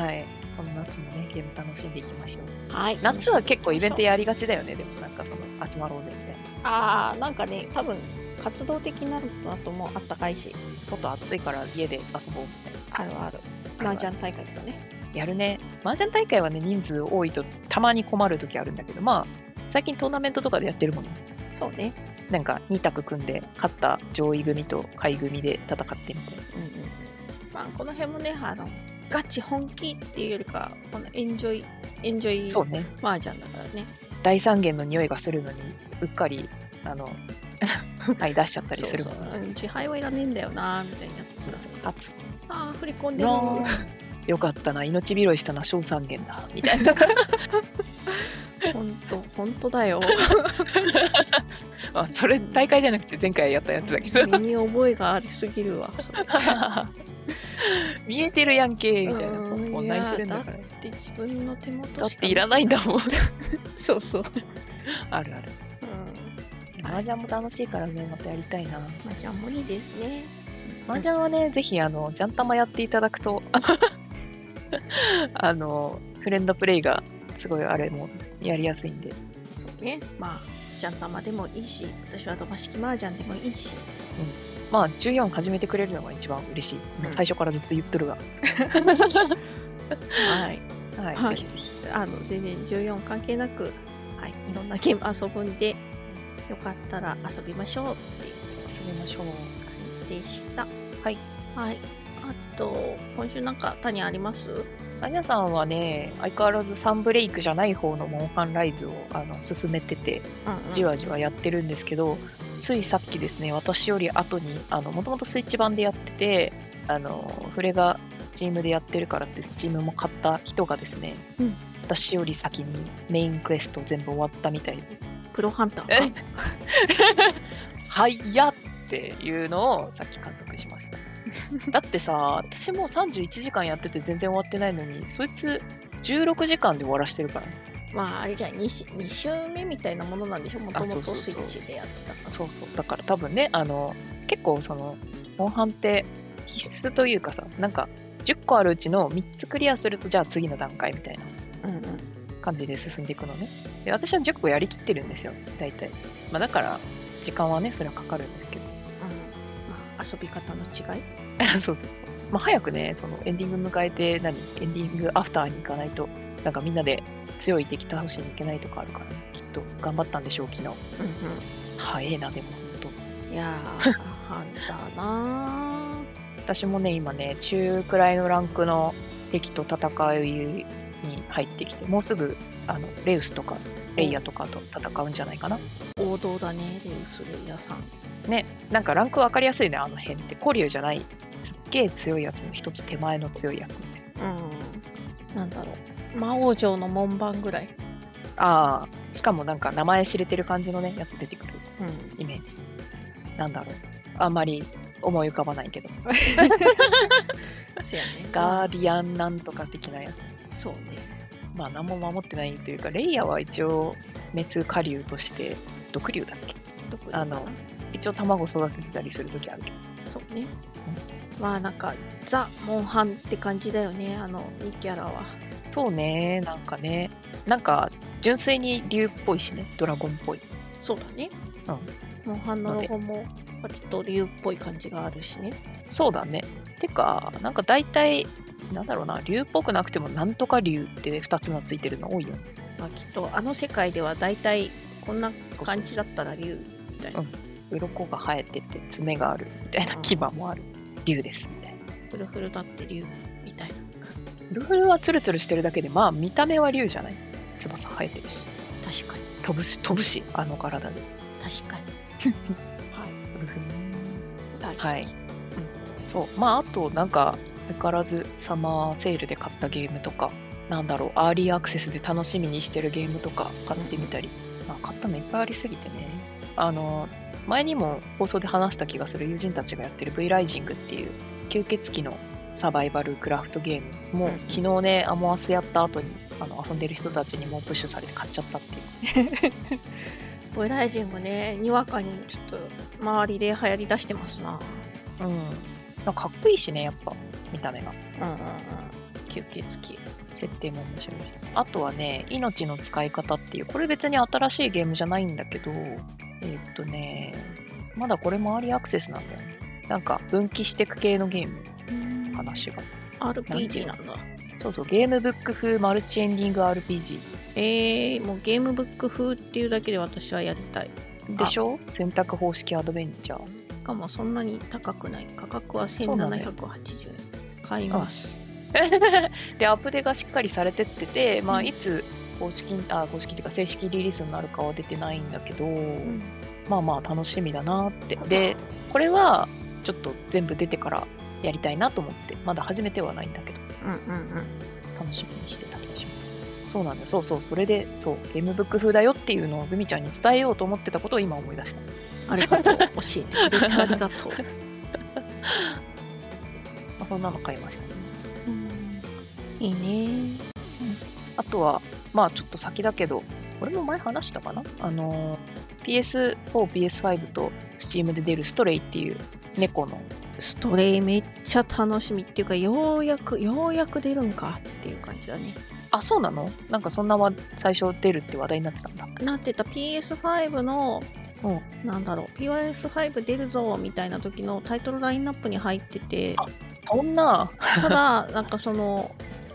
はい。この夏もね、ゲーム楽しんでいきましょう。
はい
夏は結構イベントやりがちだよね、でもなんかその集まろうぜみたいな。
ああなんかね多分活動的になるとなともうあったかいし
ちょっと暑いから家で遊ぼうみたいな。
あるある
る
麻雀大会とかね
やるね。麻雀大会はね、人数多いとたまに困る時あるんだけど、まあ、最近トーナメントとかでやってるもの
そうね。
なんか2択組んで勝った上位組と下位組で戦ってみたいな
うんうん。まあ、この辺もね、あの、ガチ本気っていうよりか、このエンジョイ、エンジョイ
そうね
麻雀だからね。
大三元の匂いがするのにうっかりあの はい出しちゃったりするもん
そう
ね
そううん自敗はいらねえんだよなみたいになってください
あつ
あー振り込んでる
のよかったな命拾いしたな小三元だみた いな
本当本当だよ
あそれ大会じゃなくて前回やったやつだけど
身に覚えがありすぎるわそれ
見えてるやんけみたいな
うん
もう泣いてるんだから
で自分の手元しか
だっていらないんだもん
そうそう、
あるある
うん、
麻雀も楽しいからねまたやりたいな
まあじゃあもういいですね
麻雀はね、ぜひあのジャンタマやっていただくと あのフレンドプレイがすごいあれもやりやすいんで、
そうねまあジャン玉でもいいし私はドマ式麻雀でもいいし
まあ14始めてくれるのが一番嬉しい、もう最初からずっと言っとるが
はい
はい、
はい
ぜひぜひ
あの全然14関係なく、はい、いろんなゲーム遊ぶんでよかったら遊びましょうっていう
始めましょう
感じでした。
はい。
はい。あと、今週なんか、谷あります
アニャさんはね相変わらずサンブレイクじゃない方のモンハンライズをあの進めてて
うん、
じわじわやってるんですけど、ついさっきですね私より後にあのもともとスイッチ版でやっててあのフレがチームでやってるからってチームも買った人がですね、
うん
私より先にメインクエスト全部終わったみたいで
プロハンターか。
え「はいや!」っていうのをさっき観測しました だってさ私もう31時間やってて全然終わってないのにそいつ16時間で終わらしてるからね
まあ、あれじゃ2週、二週目みたいなものなんでしょもと
あそ
も
う
と
そう
ス
そ
イ
う
ッチでやってたから。
そうそうだから多分ねあの結構そのモンハンって必須というかさなんか10個あるうちの3つクリアするとじゃあ次の段階みたいな
うんうん。
感じで進んでいくのねで私は10個やりきってるんですよ大体、まあ、だから時間はねそれはかかるんですけど
まあ、遊び方の違い
そうそうそう、まあ、早くねそのエンディング迎えて何エンディングアフターに行かないとなんかみんなで強い敵倒しに行けないとかあるから、ね、きっと頑張ったんでしょう昨日
うん
早えなでも本当
うん。いやー、 ハンターな
私もね今ね中くらいのランクの敵と戦いに入ってきてもうすぐあのレウスとかレイヤーとかと戦うんじゃないかな、
ー王道だね、レウスレイヤーさん。
ねなんかランク分かりやすいねあの辺ってコリューじゃないすっげえ強いやつの一つ手前の強いやつみたいな
うん。なんだろう。魔王城の門番ぐらい。
あーしかもなんか名前知れてる感じのねやつ出てくる
うん。
イメージなんだろうあんまり思い浮かばないけど
そうやね。
ガーディアンなんとか的なやつ
そうね。
まあ何も守ってないというかレイヤーは一応滅下流として毒竜だっけ
どこで
あの一応卵育ててたりする時あるけど
そうね。まあなんかザ・モンハンって感じだよねあの2キャラは。
そうねなんかねなんか純粋に竜っぽいしねドラゴンっぽい
そうだね。モンハンのロゴも割と竜っぽい感じがあるしね。
そうだねてかなんか大体なんだろうな竜っぽくなくてもなんとか竜って2つのついてるの多いよね
まあきっとあの世界では大体こんな感じだったら竜みたいな。
鱗が生えてて爪があるみたいな
うん
牙もある竜ですみたいな
フルフルだって竜みたいな。
ルフルはツルツルしてるだけでまあ見た目は竜じゃない翼生えてるし
確かに
飛ぶし飛ぶしあの体で
確かに。
はい、
大好き。
はいそうまああとなんか相変わらずサマーセールで買ったゲームとかなんだろうアーリーアクセスで楽しみにしてるゲームとか買ってみたり、まあ、買ったのいっぱいありすぎてねあの前にも放送で話した気がする友人たちがやってる V ライジングっていう吸血鬼のサバイバルクラフトゲームも、
うん
昨日ねアモアスやった後にあの遊んでる人たちにもうプッシュされて買っちゃったっていう
ブライジングねにわかにちょっと周りで流行りだしてますな。
うんなんかかっこいいしねやっぱ見た目が
うんうんうん。吸血鬼。
設定も面白いしあとはね「命の使い方」っていうこれ別に新しいゲームじゃないんだけどえーっとねまだこれもアーリーアクセスなんだよねなんか分岐してく系のゲーム話が
RPG なんだ。
そうそうゲームブック風マルチエンディング RPG
えー、もうゲームブック風っていうだけで私はやりたい。
でしょ選択方式アドベンチャー。
しかもそんなに高くない。価格は
そうなんだよ
1780円。買います。
で、アップデがしっかりされてってて、ま
う
あ、
ん
いつ公式、あ、公式っていうか正式リリースになるかは出てないんだけど、
うん
まあまあ楽しみだなって。で、これはちょっと全部出てからやりたいなと思って、まだ始めてはないんだけど、
うんうんうん。
楽しみにしてたりします。そうなんだよそうそう、それで、そう、ゲームブック風だよっていうのをグミちゃんに伝えようと思ってたことを今思い出した。
ありがとう。教えてくれてありがとう。
まあ、そんなの買いました。
いいね。
あとは、まあちょっと先だけど、これも前話したかなあのー、PS4、PS5 と Steam で出るストレイっていう猫の、
ストレイめっちゃ楽しみっていうか、ようやく、ようやく出るんかっていう感じだね。
あ、そうなのなんかそんなは最初出るって話題になってたんだ。
なんて言った PS5 の、
う
なんだろう、PS5 出るぞみたいな時のタイトルラインナップに入ってて、
あそんな、
ただ、なんかその、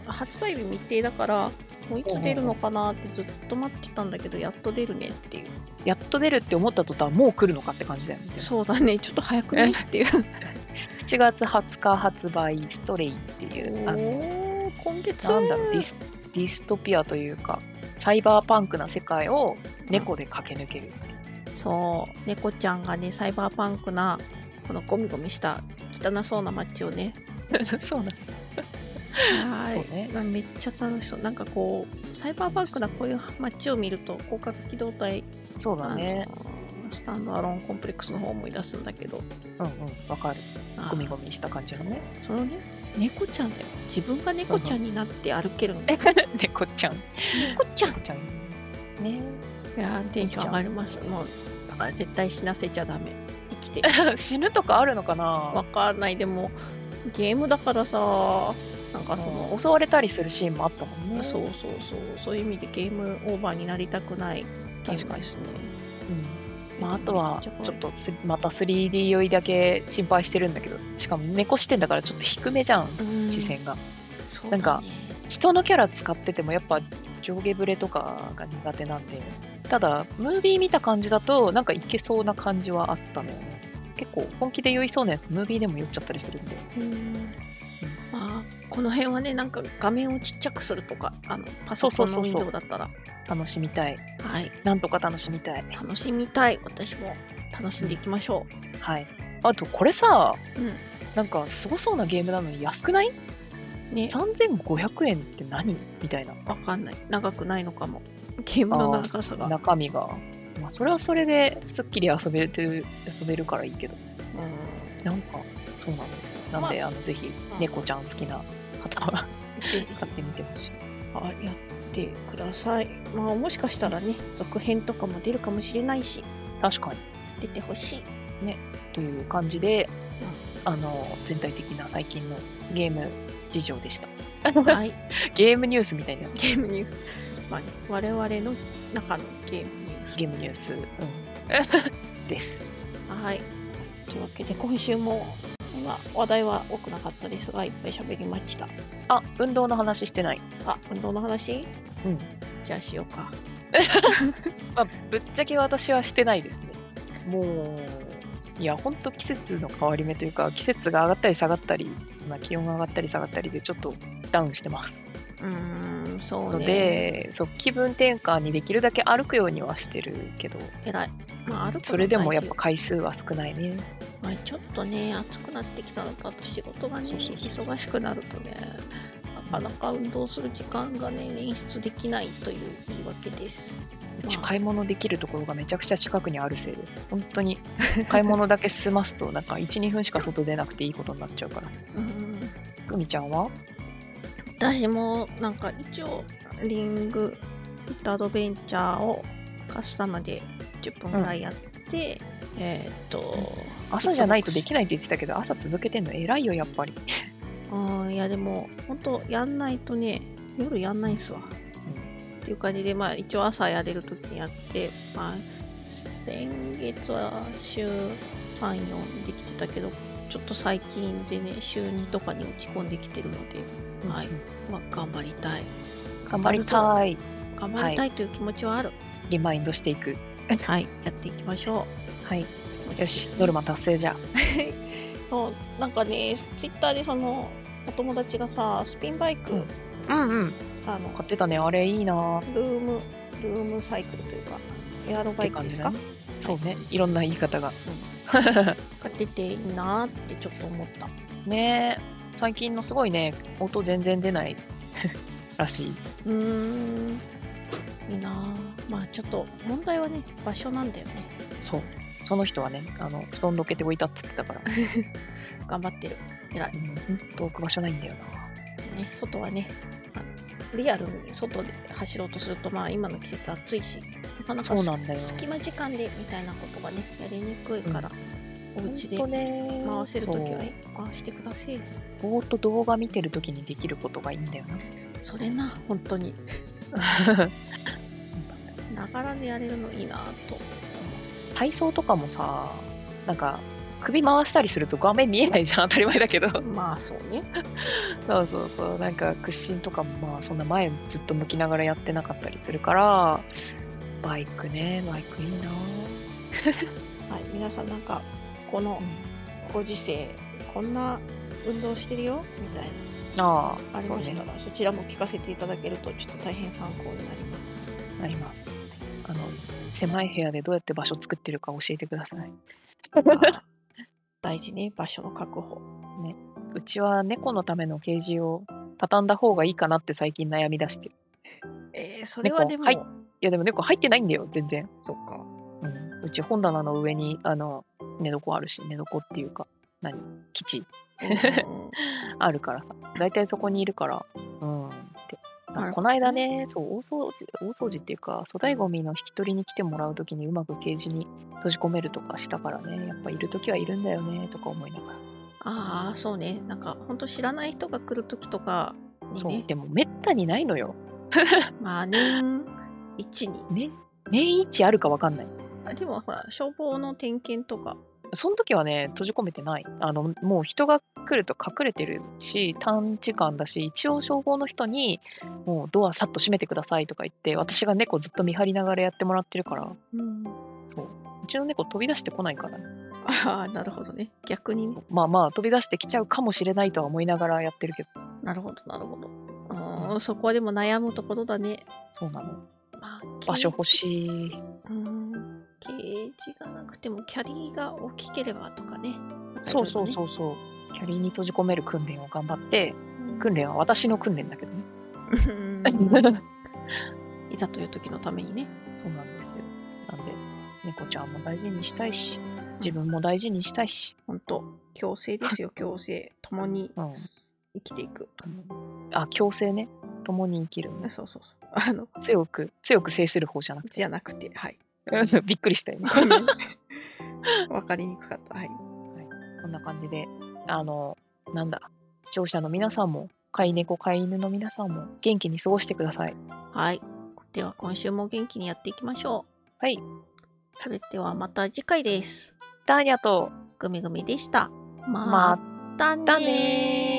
発売日未定だから、もういつ出るのかなってずっと待ってたんだけど、やっと出るねっていう。
やっと出るって思った途端、もう来るのかって感じだよね。
そうだね、ちょっと早くね っていう。
7月20日発売、ストレイっていう、あの、
おー今月
なんだろうディス、ディストピアというか、サイバーパンクな世界を猫で駆け抜ける。
そう猫ちゃんがねサイバーパンクなこのゴミゴミした汚そうな街をね
そうなんだ
は
そう
い
ね。
まあめっちゃ楽しそうなんかこうサイバーパンクなこういう街を見ると広角機動隊
そうだね。
あのスタンドアローンコンプレックスの方を思い出すんだけど
うんうん、わかる。
あー
ゴミゴミした感じのね。
そのね猫ちゃんだよ自分が猫ちゃんになって歩けるの
猫ちゃん。
猫ちゃんい
ちゃん。ね。
やーテンション上がりますもうだから絶対死なせちゃダメ生きてる
死ぬとかあるのかな
わ。かんないでもゲームだからさなんかその、
うん襲われたりするシーンもあったもんね。
そうそうそうそういう意味でゲームオーバーになりたくないゲー
確
ム
か
で
に
すね。
うん。まあ、あとは
めゃ怖い
ちょっとすまた 3D 酔いだけ心配してるんだけどしかも猫視点だからちょっと低めじゃん
うん
視線が
そうだね
なんか人のキャラ使っててもやっぱ上下ブレとかが苦手なんでただムービー見た感じだとなんかいけそうな感じはあったのよね結構本気で酔いそうなやつムービーでも酔っちゃったりするんで
うんまあこの辺はねなんか画面をちっちゃくするとかあのパソコンの
そ
ウ
うそう
ィンド
そうそう
ウだったら
楽しみたい
はい
なんとか楽しみたい。
楽しみたい私も楽しんでいきましょ
はい。あとこれさ、
う。うん
なんかすごそうなゲームなのに安くない
ね
?3500 円って何みたいな
わかんない長くないのかもゲームの長さが。うん
中身が。まあ、それはそれですっきり遊べるという遊べるからいいけど、なんかそうなんですよ。なんで、あ、のぜひ
うん
猫ちゃん好きな方は
ぜひ
買ってみてほしい。
あやってください。まあもしかしたらね続編とかも出るかもしれないし
確かに。
出てほしい。
という感じで、あの全体的な最近のゲーム事情でした。
はい
ゲームニュースみたいな
ゲームニュース、まあ、我々の中のゲームニュース
ゲームニュース、う ん、です。
はいというわけで今週もまあ話題は多くなかったですがいっぱい喋りました
あ、運動の話してない。
あ運動の話
うん
じゃあしようか
まあ、ぶっちゃけ私はしてないですね。もう、いや、ほんと季節の変わり目というか、季節が上がったり下がったり、まあ、気温が上がったり下がったりで、ちょっとダウンしてます。
うーんそう
の
ね
で、そう、気分転換にできるだけ歩くようにはしてるけど、
えらいまあある
それでもやっぱ回数は少ないね。
まあ、ちょっとね暑くなってきたのとあと仕事がね
そうそう
忙しくなるとねなかなか運動する時間がね捻出できないという言い訳です
うち
まあ
買い物できるところがめちゃくちゃ近くにあるせいで、本当に買い物だけ済ますと、なんか1、2分しか外出なくていいことになっちゃうから。
うん
グミちゃんは
私もなんか一応リングフィットアドベンチャーをカスタムで10分ぐらいやって、えーっと
朝じゃないとできないって言ってたけど、朝続けてんの偉いよ、やっぱり。
うんいやでも本当やんないとね夜やんないんすわ、っていう感じでまあ一応朝やれる時にやってまあ先月は週34できてたけどちょっと最近でね週2とかに落ち込んできてるので、はいまあ、頑張りたい
頑張りたい。
頑張りたいという気持ちはある。
リマインドしていく。
はい、やっていきましょ
はい。
う。
よし、ノルマ達成じゃ。
そうなんかね、ツイッターでそのお友達がさ、スピンバイク、
うんうんうん。
あの
買ってたね。あれいいなーっ
ルームルームサイクルというか、エアロバ
て
イク
感
で
じ
す
だ
か
ね。。そうね。いろんな言い方が。
買ってていいなーってちょっと思った。
ねえ最近のすごいね、音全然出ない らしい。
うーん、いいなー。まあちょっと問題はね、場所なんだよね。
そう。その人はね、あの布団どけて置いたっつってた から、
頑張ってる。偉い。
う
ね、
ん、遠く場所ないんだよ
外はね、あリアルに外で走ろうとすると、まあ今の季節暑いし、なかな
な。
か
そうなんだよ。
隙間時間でみたいなことがね、やりにくいから、お家で
ほんとね
回せるときは
そう
回してください。
ぼーっと動画見てるときにできることがいいんだよ な。
それな、本当に。
なんかね
ながらでやれるのいいなと。
体操とかもさ、なんか首回したりすると画面見えないじゃん、当たり前だけど。
まあそうね。
そうそうそう、なんか屈伸とかもまあそんな前ずっと向きながらやってなかったりするから、バイクね、バイクいいな。
はい、皆さんなんか、このご時世、こんな運動してるよみたいな。
ああ、
ありました
そうね
ら、そちらも聞かせていただけるとちょっと大変参考になります。
あります。あの狭い部屋でどうやって場所作ってるか教えてください。
ま あ大事ね場所の確保。
うちは猫のためのケージを畳んだ方がいいかなって最近悩み出してる。
えー、それ
れ
は
は
で
で
も、
もいやでも猫入ってないんだよ全然。
そっか。
うん、うち本棚の上にあの寝床あるし寝床っていうか何基地
うん
あるからさ大体そこにいるからうんって
なるほどね
この間ねそう大掃除大掃除っていうか粗大ごみの引き取りに来てもらう時にうまくケージに閉じ込めるとかしたからねやっぱいる時はいるんだよねとか思いながら、
ああそうねなんか本当知らない人が来る時とかに
そう
ね
でもめったにないのよ
まあ年一に
ね年一あるかわかんない
あでもほら消防の点検とか
その時はね閉じ込めてないあのもう人が来ると隠れてるし短時間だし一応消防の人に「もうドアさっと閉めてください」とか言って私が猫ずっと見張りながらやってもらってるから
うん
うちの猫飛び出してこないからね
ああなるほどね逆にね
まあまあ飛び出してきちゃうかもしれないとは思いながらやってるけど
なるほどなるほどうーんそこはでも悩むところだね、
そうなの
まあ、
場所
ケ
欲しい
うんケージがなくてもキャリーが大きければとかね
そうそう
う
そうそうキャリーに閉じ込める訓練を頑張って
ん
訓練は私の訓練だけどね
うん いざという時のためにね
そうなんですよ。なんで、猫ちゃんも大事にしたいし、自分も大事にしたいし、
本当共生ですよ共生共に
うん
生きていく、
あ、共生ね、共に生きるね。
そうそうそうあの
強く、強く制する方じゃなく
じゃなくてはい
て、びっくりしたよ、ね。
ごめん わかりにくかったはい
こんな感じで、あの、なんだ、視聴者の皆さんも、飼い猫、飼い犬の皆さんも、元気に過ごしてください。
はいでは今週も元気にやっていきましょう
はい
それではまた次回です
ダーニャと、
グミグミでした
ま
またね
たねー